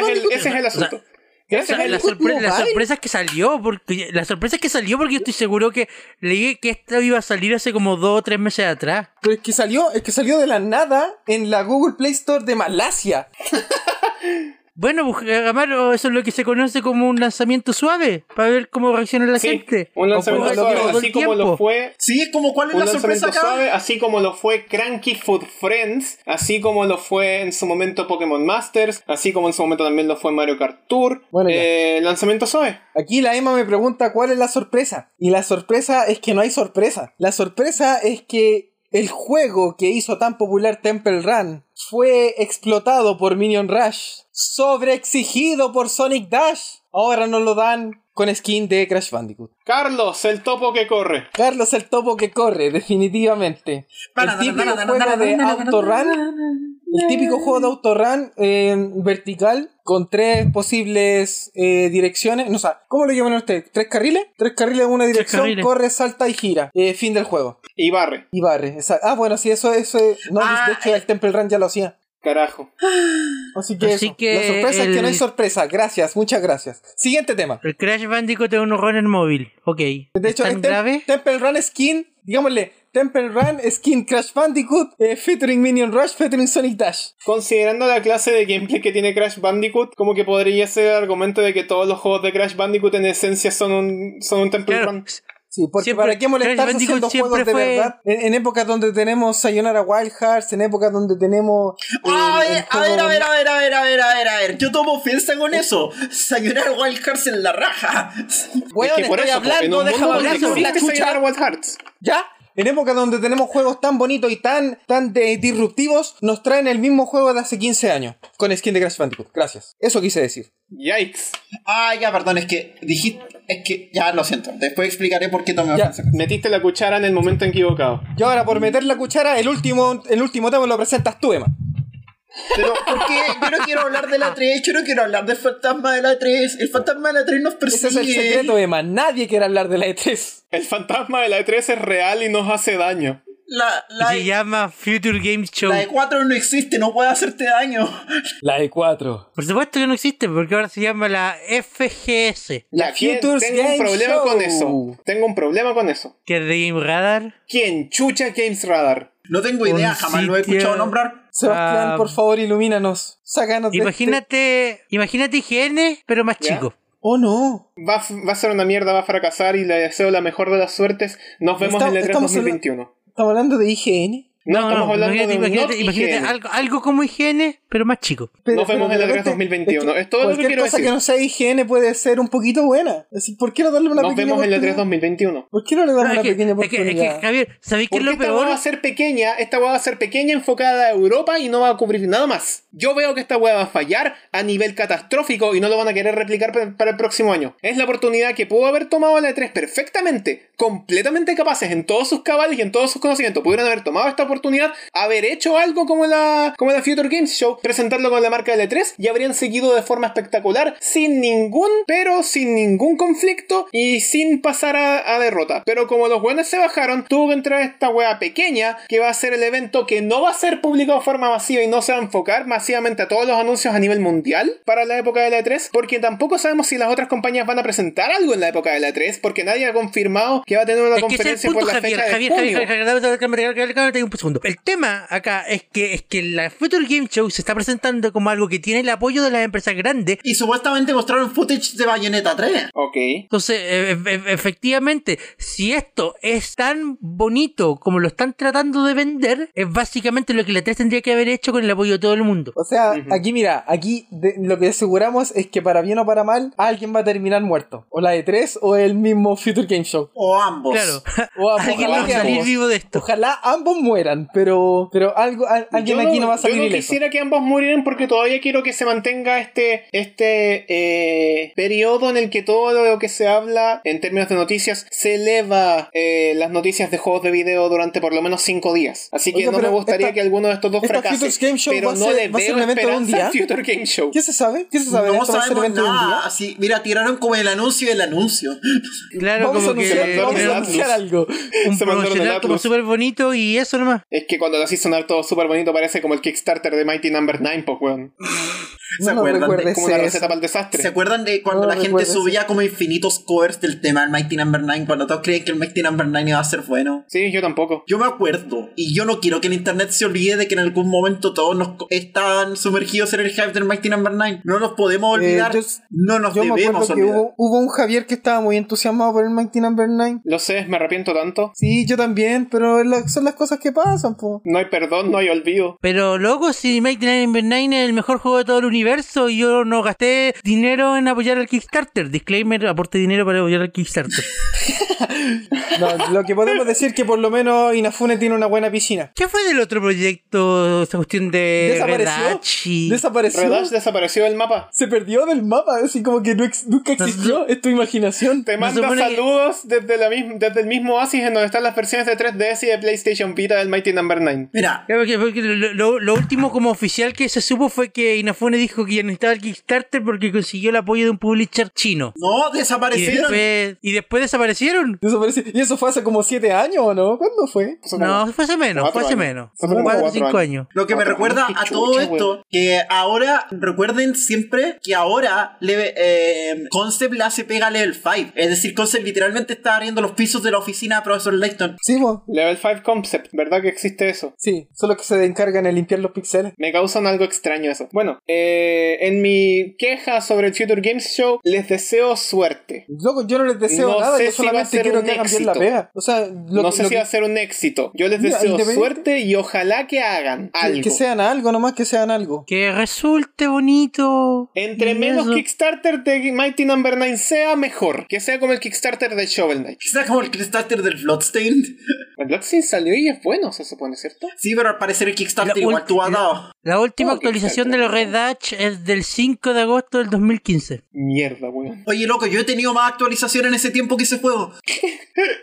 S1: Eso
S4: es el,
S1: digo que-
S4: ese es el asunto.
S3: O sea,
S4: Ese es el-
S3: la, sorpre- la
S1: Mobile.
S3: sorpresa que salió, porque la sorpresa que salió porque yo estoy seguro que leí que esto iba a salir hace como dos o tres meses atrás.
S1: pero es que salió, es que salió de la nada en la Google Play Store de Malasia.
S3: Bueno, pues, eh, Amaro, eso es lo que se conoce como un lanzamiento suave, para ver cómo reacciona la
S4: Sí,
S3: gente.
S4: un lanzamiento
S3: Ocurre
S4: suave,
S3: todo el
S4: así como
S3: tiempo.
S4: lo fue
S2: Sí, es como cuál es
S4: un
S2: la sorpresa
S4: lanzamiento
S2: acá.
S4: suave, así como lo fue Cranky Food Friends, así como lo fue en su momento Pokémon Masters, así como en su momento también lo fue Mario Kart Tour.
S1: Bueno, ya.
S4: Eh, lanzamiento suave.
S1: Aquí la Emma me pregunta cuál es la sorpresa. Y la sorpresa es que no hay sorpresa. La sorpresa es que el juego que hizo tan popular Temple Run fue explotado por Minion Rush, sobreexigido por Sonic Dash. Ahora nos lo dan con skin de Crash Bandicoot.
S4: Carlos, el topo que corre.
S1: Carlos el topo que corre, definitivamente. El típico juego de
S2: Ah,
S1: autorun. El típico juego de autorun eh, vertical con tres posibles eh, direcciones. No, o sea, ¿cómo lo llaman ustedes? ¿Tres carriles? Tres carriles en una dirección,
S3: carriles.
S1: corre, salta y gira. Eh, fin del juego.
S4: Y barre.
S1: Y barre. esa- Ah, bueno, sí, eso, eso es. No,
S2: Ah,
S1: de hecho, el Temple Run ya lo hacía.
S4: Carajo.
S1: Así que,
S3: Así
S1: eso.
S3: que
S1: la sorpresa es que
S3: el-
S1: no hay sorpresa. Gracias, muchas gracias. Siguiente tema.
S3: El Crash Bandicoot es un horror en móvil. Ok.
S1: De hecho, este es
S3: ¿Es tan
S1: Tem-
S3: grave?
S1: Temple Run Skin, digámosle, Temple Run Skin Crash Bandicoot, eh, featuring Minion Rush, featuring Sonic Dash.
S4: Considerando la clase de gameplay que tiene Crash Bandicoot, como que podría ser el argumento de que todos los juegos de Crash Bandicoot en esencia son un, son un Temple
S3: Claro,
S4: Run.
S1: Sí, porque
S3: Siempre-
S1: para qué molestarse
S3: Crash Bandicoot
S1: haciendo juegos
S3: siempre
S1: de
S3: fue-
S1: verdad. En, en épocas donde tenemos Sayonara Wild Hearts, en épocas donde tenemos. eh,
S2: A
S1: el
S2: ver, a
S1: juego-
S2: ver, a ver, a ver, a ver, a ver, a ver, a ver. Yo tomo ofensa con eso. Sayonara Wild Hearts en la raja.
S1: Weón,
S4: Es que por
S1: estoy
S4: eso, po, en
S1: hablando,
S4: un
S1: déjame
S4: mundo
S1: hablar
S4: donde
S1: sobre la
S4: existe
S1: chucha.
S4: Sayonara Wild Hearts.
S1: ¿Ya? En épocas donde tenemos juegos tan bonitos y tan, tan de- disruptivos, nos traen el mismo juego de hace 15 años. Con skin de Crash Bandicoot. Gracias. Eso quise decir.
S4: Yikes.
S2: Ah, ya, perdón, es que dijiste. Es que ya lo siento. Después explicaré por qué tomé
S1: Ya.
S2: ofensa. con eso.
S4: Metiste la cuchara en el momento equivocado.
S1: Y ahora, por meter la cuchara, el último, el último tema lo presentas tú, Emma.
S2: Pero, ¿por qué? Yo no quiero hablar de la 3, yo no quiero hablar del fantasma de la 3. El fantasma de la 3 nos persigue.
S1: Ese es el secreto, Emma. Nadie quiere hablar de la E E3.
S4: El fantasma de la E3 es real y nos hace daño.
S2: La,
S3: Y
S2: la,
S3: se llama Future Game Show.
S2: la de 4 no existe, no puede hacerte daño.
S1: La E4.
S3: Por supuesto que no existe, porque ahora se llama la FGS,
S1: La
S4: Ya, ¿quién-
S1: Futures
S4: tengo
S1: Game
S4: un problema
S1: Show.
S4: con eso. Tengo un problema con eso.
S3: que es de Game Radar.
S4: ¿Quién chucha Games Radar?
S2: No tengo idea,
S3: Un
S2: jamás lo he
S3: sitio-
S2: escuchado nombrar.
S1: Sebastián,
S3: Ah.
S1: por favor, ilumínanos. Sácanos de este-
S3: Imagínate, imagínate IGN, pero más
S4: ¿Ya?
S3: chico.
S1: Oh no.
S4: Va, a f- va a ser una mierda, va a fracasar y le deseo la E mejor de las suertes. Nos vemos
S1: Está-
S4: en la E3
S1: estamos en la-
S4: 2021.
S1: Estamos hablando de IGN.
S4: No, estamos hablando
S3: imagínate,
S4: de un
S3: imagínate-
S4: not
S3: imagínate
S4: higiene.
S3: algo, algo como higiene, pero más chico.
S4: Nos vemos en la Drag 2021. Es todo lo que
S1: cualquier
S4: quiero
S1: cosa
S4: decir.
S1: que no sea higiene puede ser un poquito buena. Es decir, ¿por qué no darle una
S4: Nos
S1: pequeña
S4: vemos en la E 3
S1: oportunidad?
S4: 2021.
S1: ¿Por qué no le
S3: No,
S1: damos
S3: es,
S1: una
S3: que,
S1: pequeña
S3: es que- es que,
S1: oportunidad?
S3: Javier, ¿sabéis qué es
S4: Porque
S3: lo
S4: esta hueá va a
S3: peor?
S4: ser pequeña, esta hueá va a ser pequeña enfocada a Europa y no va a cubrir nada más. Yo veo que esta hueá va a fallar a nivel catastrófico y no lo van a querer replicar pa- para el próximo año. Es la oportunidad que pudo haber tomado la E3 perfectamente, completamente capaces en todos sus cabales y en todos sus conocimientos. Pudieron haber tomado esta oportunidad, haber hecho algo como la, como la Future Games Show, presentarlo con la marca de E3 y habrían seguido de forma espectacular, sin ningún pero, sin ningún conflicto y sin pasar a, a derrota. Pero como los buenos se bajaron, tuvo que entrar esta wea pequeña que va a ser el evento que no va a ser publicado de forma masiva y no se va a enfocar masivamente a todos los anuncios a nivel mundial para la época de la E3, porque tampoco sabemos si las otras compañías van a presentar algo en la época de la E3, porque nadie ha confirmado que va a tener una
S3: Es que ese es el
S4: conferencia
S3: punto,
S4: por la
S3: Javier.
S4: fecha de
S3: Javier,
S4: junio.
S3: Javier, Javier, dame- dame- dame- dame- dame- dame- dame un segundo. El tema acá es que, es que la Future Game Show se está presentando como algo que tiene el apoyo de las empresas grandes.
S2: Y supuestamente mostraron footage de Bayonetta 3.
S4: Ok.
S3: Entonces, e- e- e- efectivamente, si esto es tan bonito como lo están tratando de vender, es básicamente lo que la 3 tendría que haber hecho con el apoyo de todo el mundo.
S1: O sea, aquí mira, aquí de- lo que aseguramos es que para bien o para mal, alguien va a terminar muerto. O la de tres o el mismo Future Game Show.
S2: O ambos.
S3: Claro,
S1: O ambos,
S3: alguien
S1: ojalá
S3: va a
S1: que
S3: salir
S1: ambos.
S3: vivo de esto.
S1: Ojalá ambos mueran, pero, pero algo, al- alguien
S4: Yo
S1: aquí no va a salir
S4: Yo no
S1: ileso.
S4: quisiera que ambos murieran porque todavía quiero que se mantenga este, este eh, periodo en el que todo lo que se habla en términos de noticias se eleva eh, las noticias de juegos de video durante por lo menos cinco días. Así que
S1: Oiga,
S4: no me
S1: pero
S4: gustaría
S1: esta-
S4: que alguno de estos dos
S1: esta
S4: fracase.
S1: Futures Game Show
S4: pero
S1: va a
S4: no
S1: ser-
S4: le
S1: va a ser
S4: veo
S1: un evento de un
S4: esperanza al
S1: día.
S4: Future Game Show.
S1: ¿Qué se sabe? ¿Qué se sabe?
S2: No
S1: ¿Esto va a ser
S2: sabemos
S1: evento de un
S2: nada.
S1: día?
S2: Así, mira, tiraron como el anuncio y el anuncio.
S3: Claro,
S1: vamos a
S3: como
S1: anunciar,
S3: que
S1: vamos
S4: el
S1: a
S3: era
S4: Atlas.
S1: anunciar algo.
S3: un
S4: Se mandaron el
S3: promocional como
S4: Atlas.
S3: súper bonito y eso nomás.
S4: Es que cuando lo haces sonar todo súper bonito parece como el Kickstarter de Mighty Number 9, pues weón.
S1: No
S2: ¿Se
S1: nos
S2: acuerdan de
S1: recuerdes
S4: Como una
S1: eso.
S4: receta para el
S2: ¿Se
S4: desastre.
S2: acuerdan de cuando
S1: No
S2: la gente
S1: recuerdo
S2: subía como infinitos covers del tema del Mighty Number 9? Cuando todos creían que el Mighty Number 9 iba a ser bueno.
S4: Sí, yo tampoco.
S2: Yo me acuerdo, y yo no quiero que el internet se olvide de que en algún momento todos nos co- están sumergidos en el hype del Mighty Number 9. No nos podemos
S1: Eh,
S2: olvidar,
S1: yo-
S2: no nos
S1: Yo me acuerdo
S2: debemos
S1: que
S2: olvidar.
S1: hubo, hubo un Javier que estaba muy entusiasmado por el Mighty Number 9.
S4: Lo sé, me arrepiento tanto.
S1: Sí, yo también, pero la- son las cosas que pasan, po.
S4: No hay perdón, no hay olvido.
S3: Pero loco, si Mighty Number 9 es el mejor juego de todo el universo y yo no gasté dinero en apoyar al Kickstarter. Disclaimer, aporte dinero para apoyar al Kickstarter.
S1: No, lo que podemos decir que por lo menos Inafune tiene una buena piscina.
S3: ¿Qué fue del otro proyecto? Esa cuestión de
S1: ¿Desapareció?
S3: Eh, Redachi.
S1: ¿Desapareció?
S4: Redash desapareció del mapa.
S1: Se perdió del mapa, así como que no ex- nunca existió. Es tu imaginación.
S4: Te
S3: No
S4: manda
S3: supone que-
S4: saludos desde, la misma, desde el mismo oasis en donde están las versiones de 3DS y de PlayStation Vita del Mighty Number 9.
S2: Mira,
S3: Ya, porque- porque lo, lo- lo último como oficial que se supo fue que Inafune dijo que ya necesitaba el Kickstarter porque consiguió el apoyo de un publisher chino.
S2: no
S3: Y
S2: desaparecieron.
S3: después, y después desaparecieron.
S1: Desapareció. ¿Y eso fue hace como 7 años o no? ¿Cuándo fue?
S4: Eso como-
S3: No, fue hace menos,
S4: cuatro
S3: fue hace
S4: años.
S3: menos.
S4: Fue como
S3: Cuatro o
S4: cuatro
S3: cinco
S4: años.
S3: años.
S2: Lo que me
S4: Otra,
S2: recuerda
S4: qué
S2: a todo
S4: chucha,
S2: esto,
S4: weón.
S2: que ahora recuerden siempre que ahora le, eh, Concept le hace pega a Level 5. Es decir, Concept literalmente está abriendo los pisos de la oficina de Profesor Layton.
S1: Sí, po.
S4: Level 5 Concept, ¿verdad que existe eso?
S1: Sí, son los que se encargan de limpiar los pixeles.
S4: Me causan algo extraño eso. Bueno, eh, en mi queja sobre el Future Games Show, les deseo suerte.
S1: Loco, yo no les deseo
S4: No
S1: nada,
S4: sé
S1: yo
S4: si va a
S1: solamente
S4: ser
S1: quiero
S4: un
S1: que hagan bien la
S4: éxito.
S1: pega. O sea, lo,
S4: no sé
S1: lo
S4: si
S1: que-
S4: va a ser un éxito. Yo les
S1: Mira,
S4: deseo
S1: independiente-
S4: suerte y ojalá que hagan
S1: que-
S4: algo.
S1: que sean algo, nomás que sean algo.
S3: Que resulte bonito.
S4: Entre
S3: Y
S4: menos
S3: eso.
S4: Kickstarter de Mighty Number 9 sea, mejor. Que sea como el Kickstarter de Shovel Knight.
S2: Quizás como el Kickstarter del Bloodstained.
S4: El Bloodstained salió y es bueno, se supone, ¿cierto?
S2: Sí, pero al parecer el Kickstarter
S3: La
S2: igual tú has
S3: última-
S2: dado.
S3: La última
S4: ¿Cómo
S3: actualización de los
S4: Kickstarter?
S3: Red Hatch es del 5 de agosto del 2015.
S4: Mierda, weón.
S2: Oye, loco, yo he tenido más actualizaciones en ese tiempo que ese juego.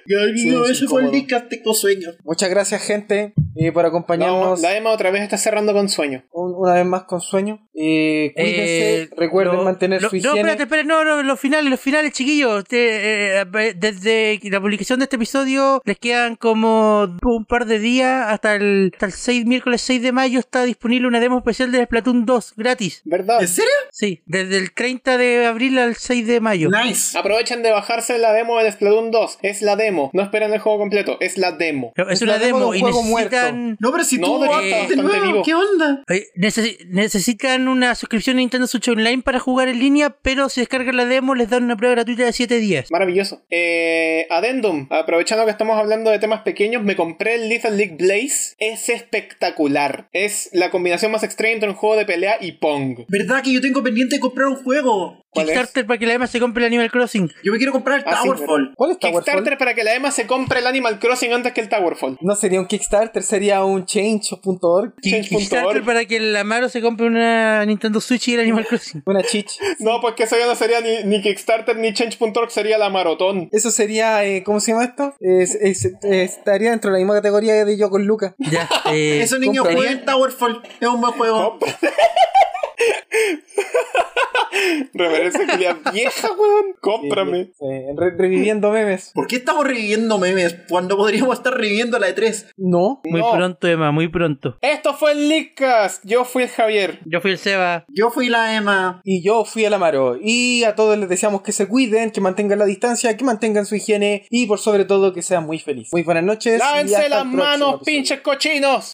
S2: yo
S1: Sí, es
S2: ese fue el
S1: incómodo.
S2: discástico sueño.
S1: Muchas gracias, gente, eh, por
S4: No,
S1: acompañarnos
S4: la Emma otra vez está cerrando con sueño.
S1: un- una vez más con sueño. Eh, cuídense,
S3: Eh,
S1: recuerden
S3: lo-
S1: mantener
S3: lo-
S1: su
S3: No,
S1: higiene.
S3: espérate, espérate, no, no, los finales, los finales, chiquillos. Te- eh, eh, desde la publicación de este episodio les quedan como un par de días hasta el, hasta el 6, miércoles 6 de mayo está disponible una demo especial de Splatoon 2 gratis.
S4: ¿Verdad?
S2: ¿En serio?
S3: Sí, desde el 30 de abril al 6 de mayo.
S2: Nice.
S4: Aprovechen de bajarse la demo del Splatoon 2. Es la demo. No esperen el juego completo. Es la demo.
S3: Pero es
S1: Es la
S3: una
S1: demo
S3: demo
S1: de
S3: y
S1: un juego
S3: necesitan...
S2: No, pero si
S4: No,
S2: tú
S4: pero
S2: vas
S3: está
S2: de
S4: bastante
S2: nuevo,
S4: vivo.
S2: ¿qué onda?
S3: Oye, Necesi- necesitan una suscripción a Nintendo Switch Online para jugar en línea, pero si descargan la demo les dan una prueba gratuita de 7 días.
S4: Maravilloso. Eh, adendum, aprovechando que estamos hablando de temas pequeños, me compré el Lethal League Blaze. Es espectacular. Es la combinación más extraña entre un juego de pelea y Pong.
S2: ¿Verdad que yo tengo pendiente de comprar un juego?
S4: ¿Cuál es?
S3: Kickstarter para que la demo se compre el Animal Crossing.
S2: Yo me quiero comprar el
S4: Ah, sí,
S2: Towerfall.
S1: ¿Cuál es Towerfall?
S4: Kickstarter para que la EMA se compre el Animal Crossing antes que el Towerfall.
S1: No sería un Kickstarter, sería un change.org.
S4: Change.org.
S3: Kickstarter para que el Amaro se compre una Nintendo Switch y el Animal Crossing.
S1: Una chich.
S4: No, pues que eso ya no sería ni, ni Kickstarter ni Change.org, sería la maratón.
S1: Eso sería, eh, ¿cómo se llama esto? Es- es- es- estaría dentro de la misma categoría de yo con Lucas.
S3: Ya, eh,
S2: Esos niños
S3: compra-
S2: juegan el Towerfall. Es un buen juego.
S4: Reverencia culia vieja, weón. Cómprame.
S1: Eh, re- reviviendo memes.
S2: ¿Por qué estamos reviviendo memes cuando podríamos estar reviviendo la E de 3?
S1: No.
S3: Muy
S4: No.
S3: pronto, Emma, muy pronto.
S4: Esto fue el Leakcast. Yo fui el Javier.
S3: Yo fui el Seba.
S2: Yo fui la Emma.
S1: Y yo fui al Amaro. Y a todos les deseamos que se cuiden, que mantengan la distancia, que mantengan su higiene y por sobre todo que sean muy felices. Muy buenas noches. y
S4: Lávense
S1: hasta
S4: las
S1: el próximo
S4: manos,
S1: episodio.
S4: pinches cochinos.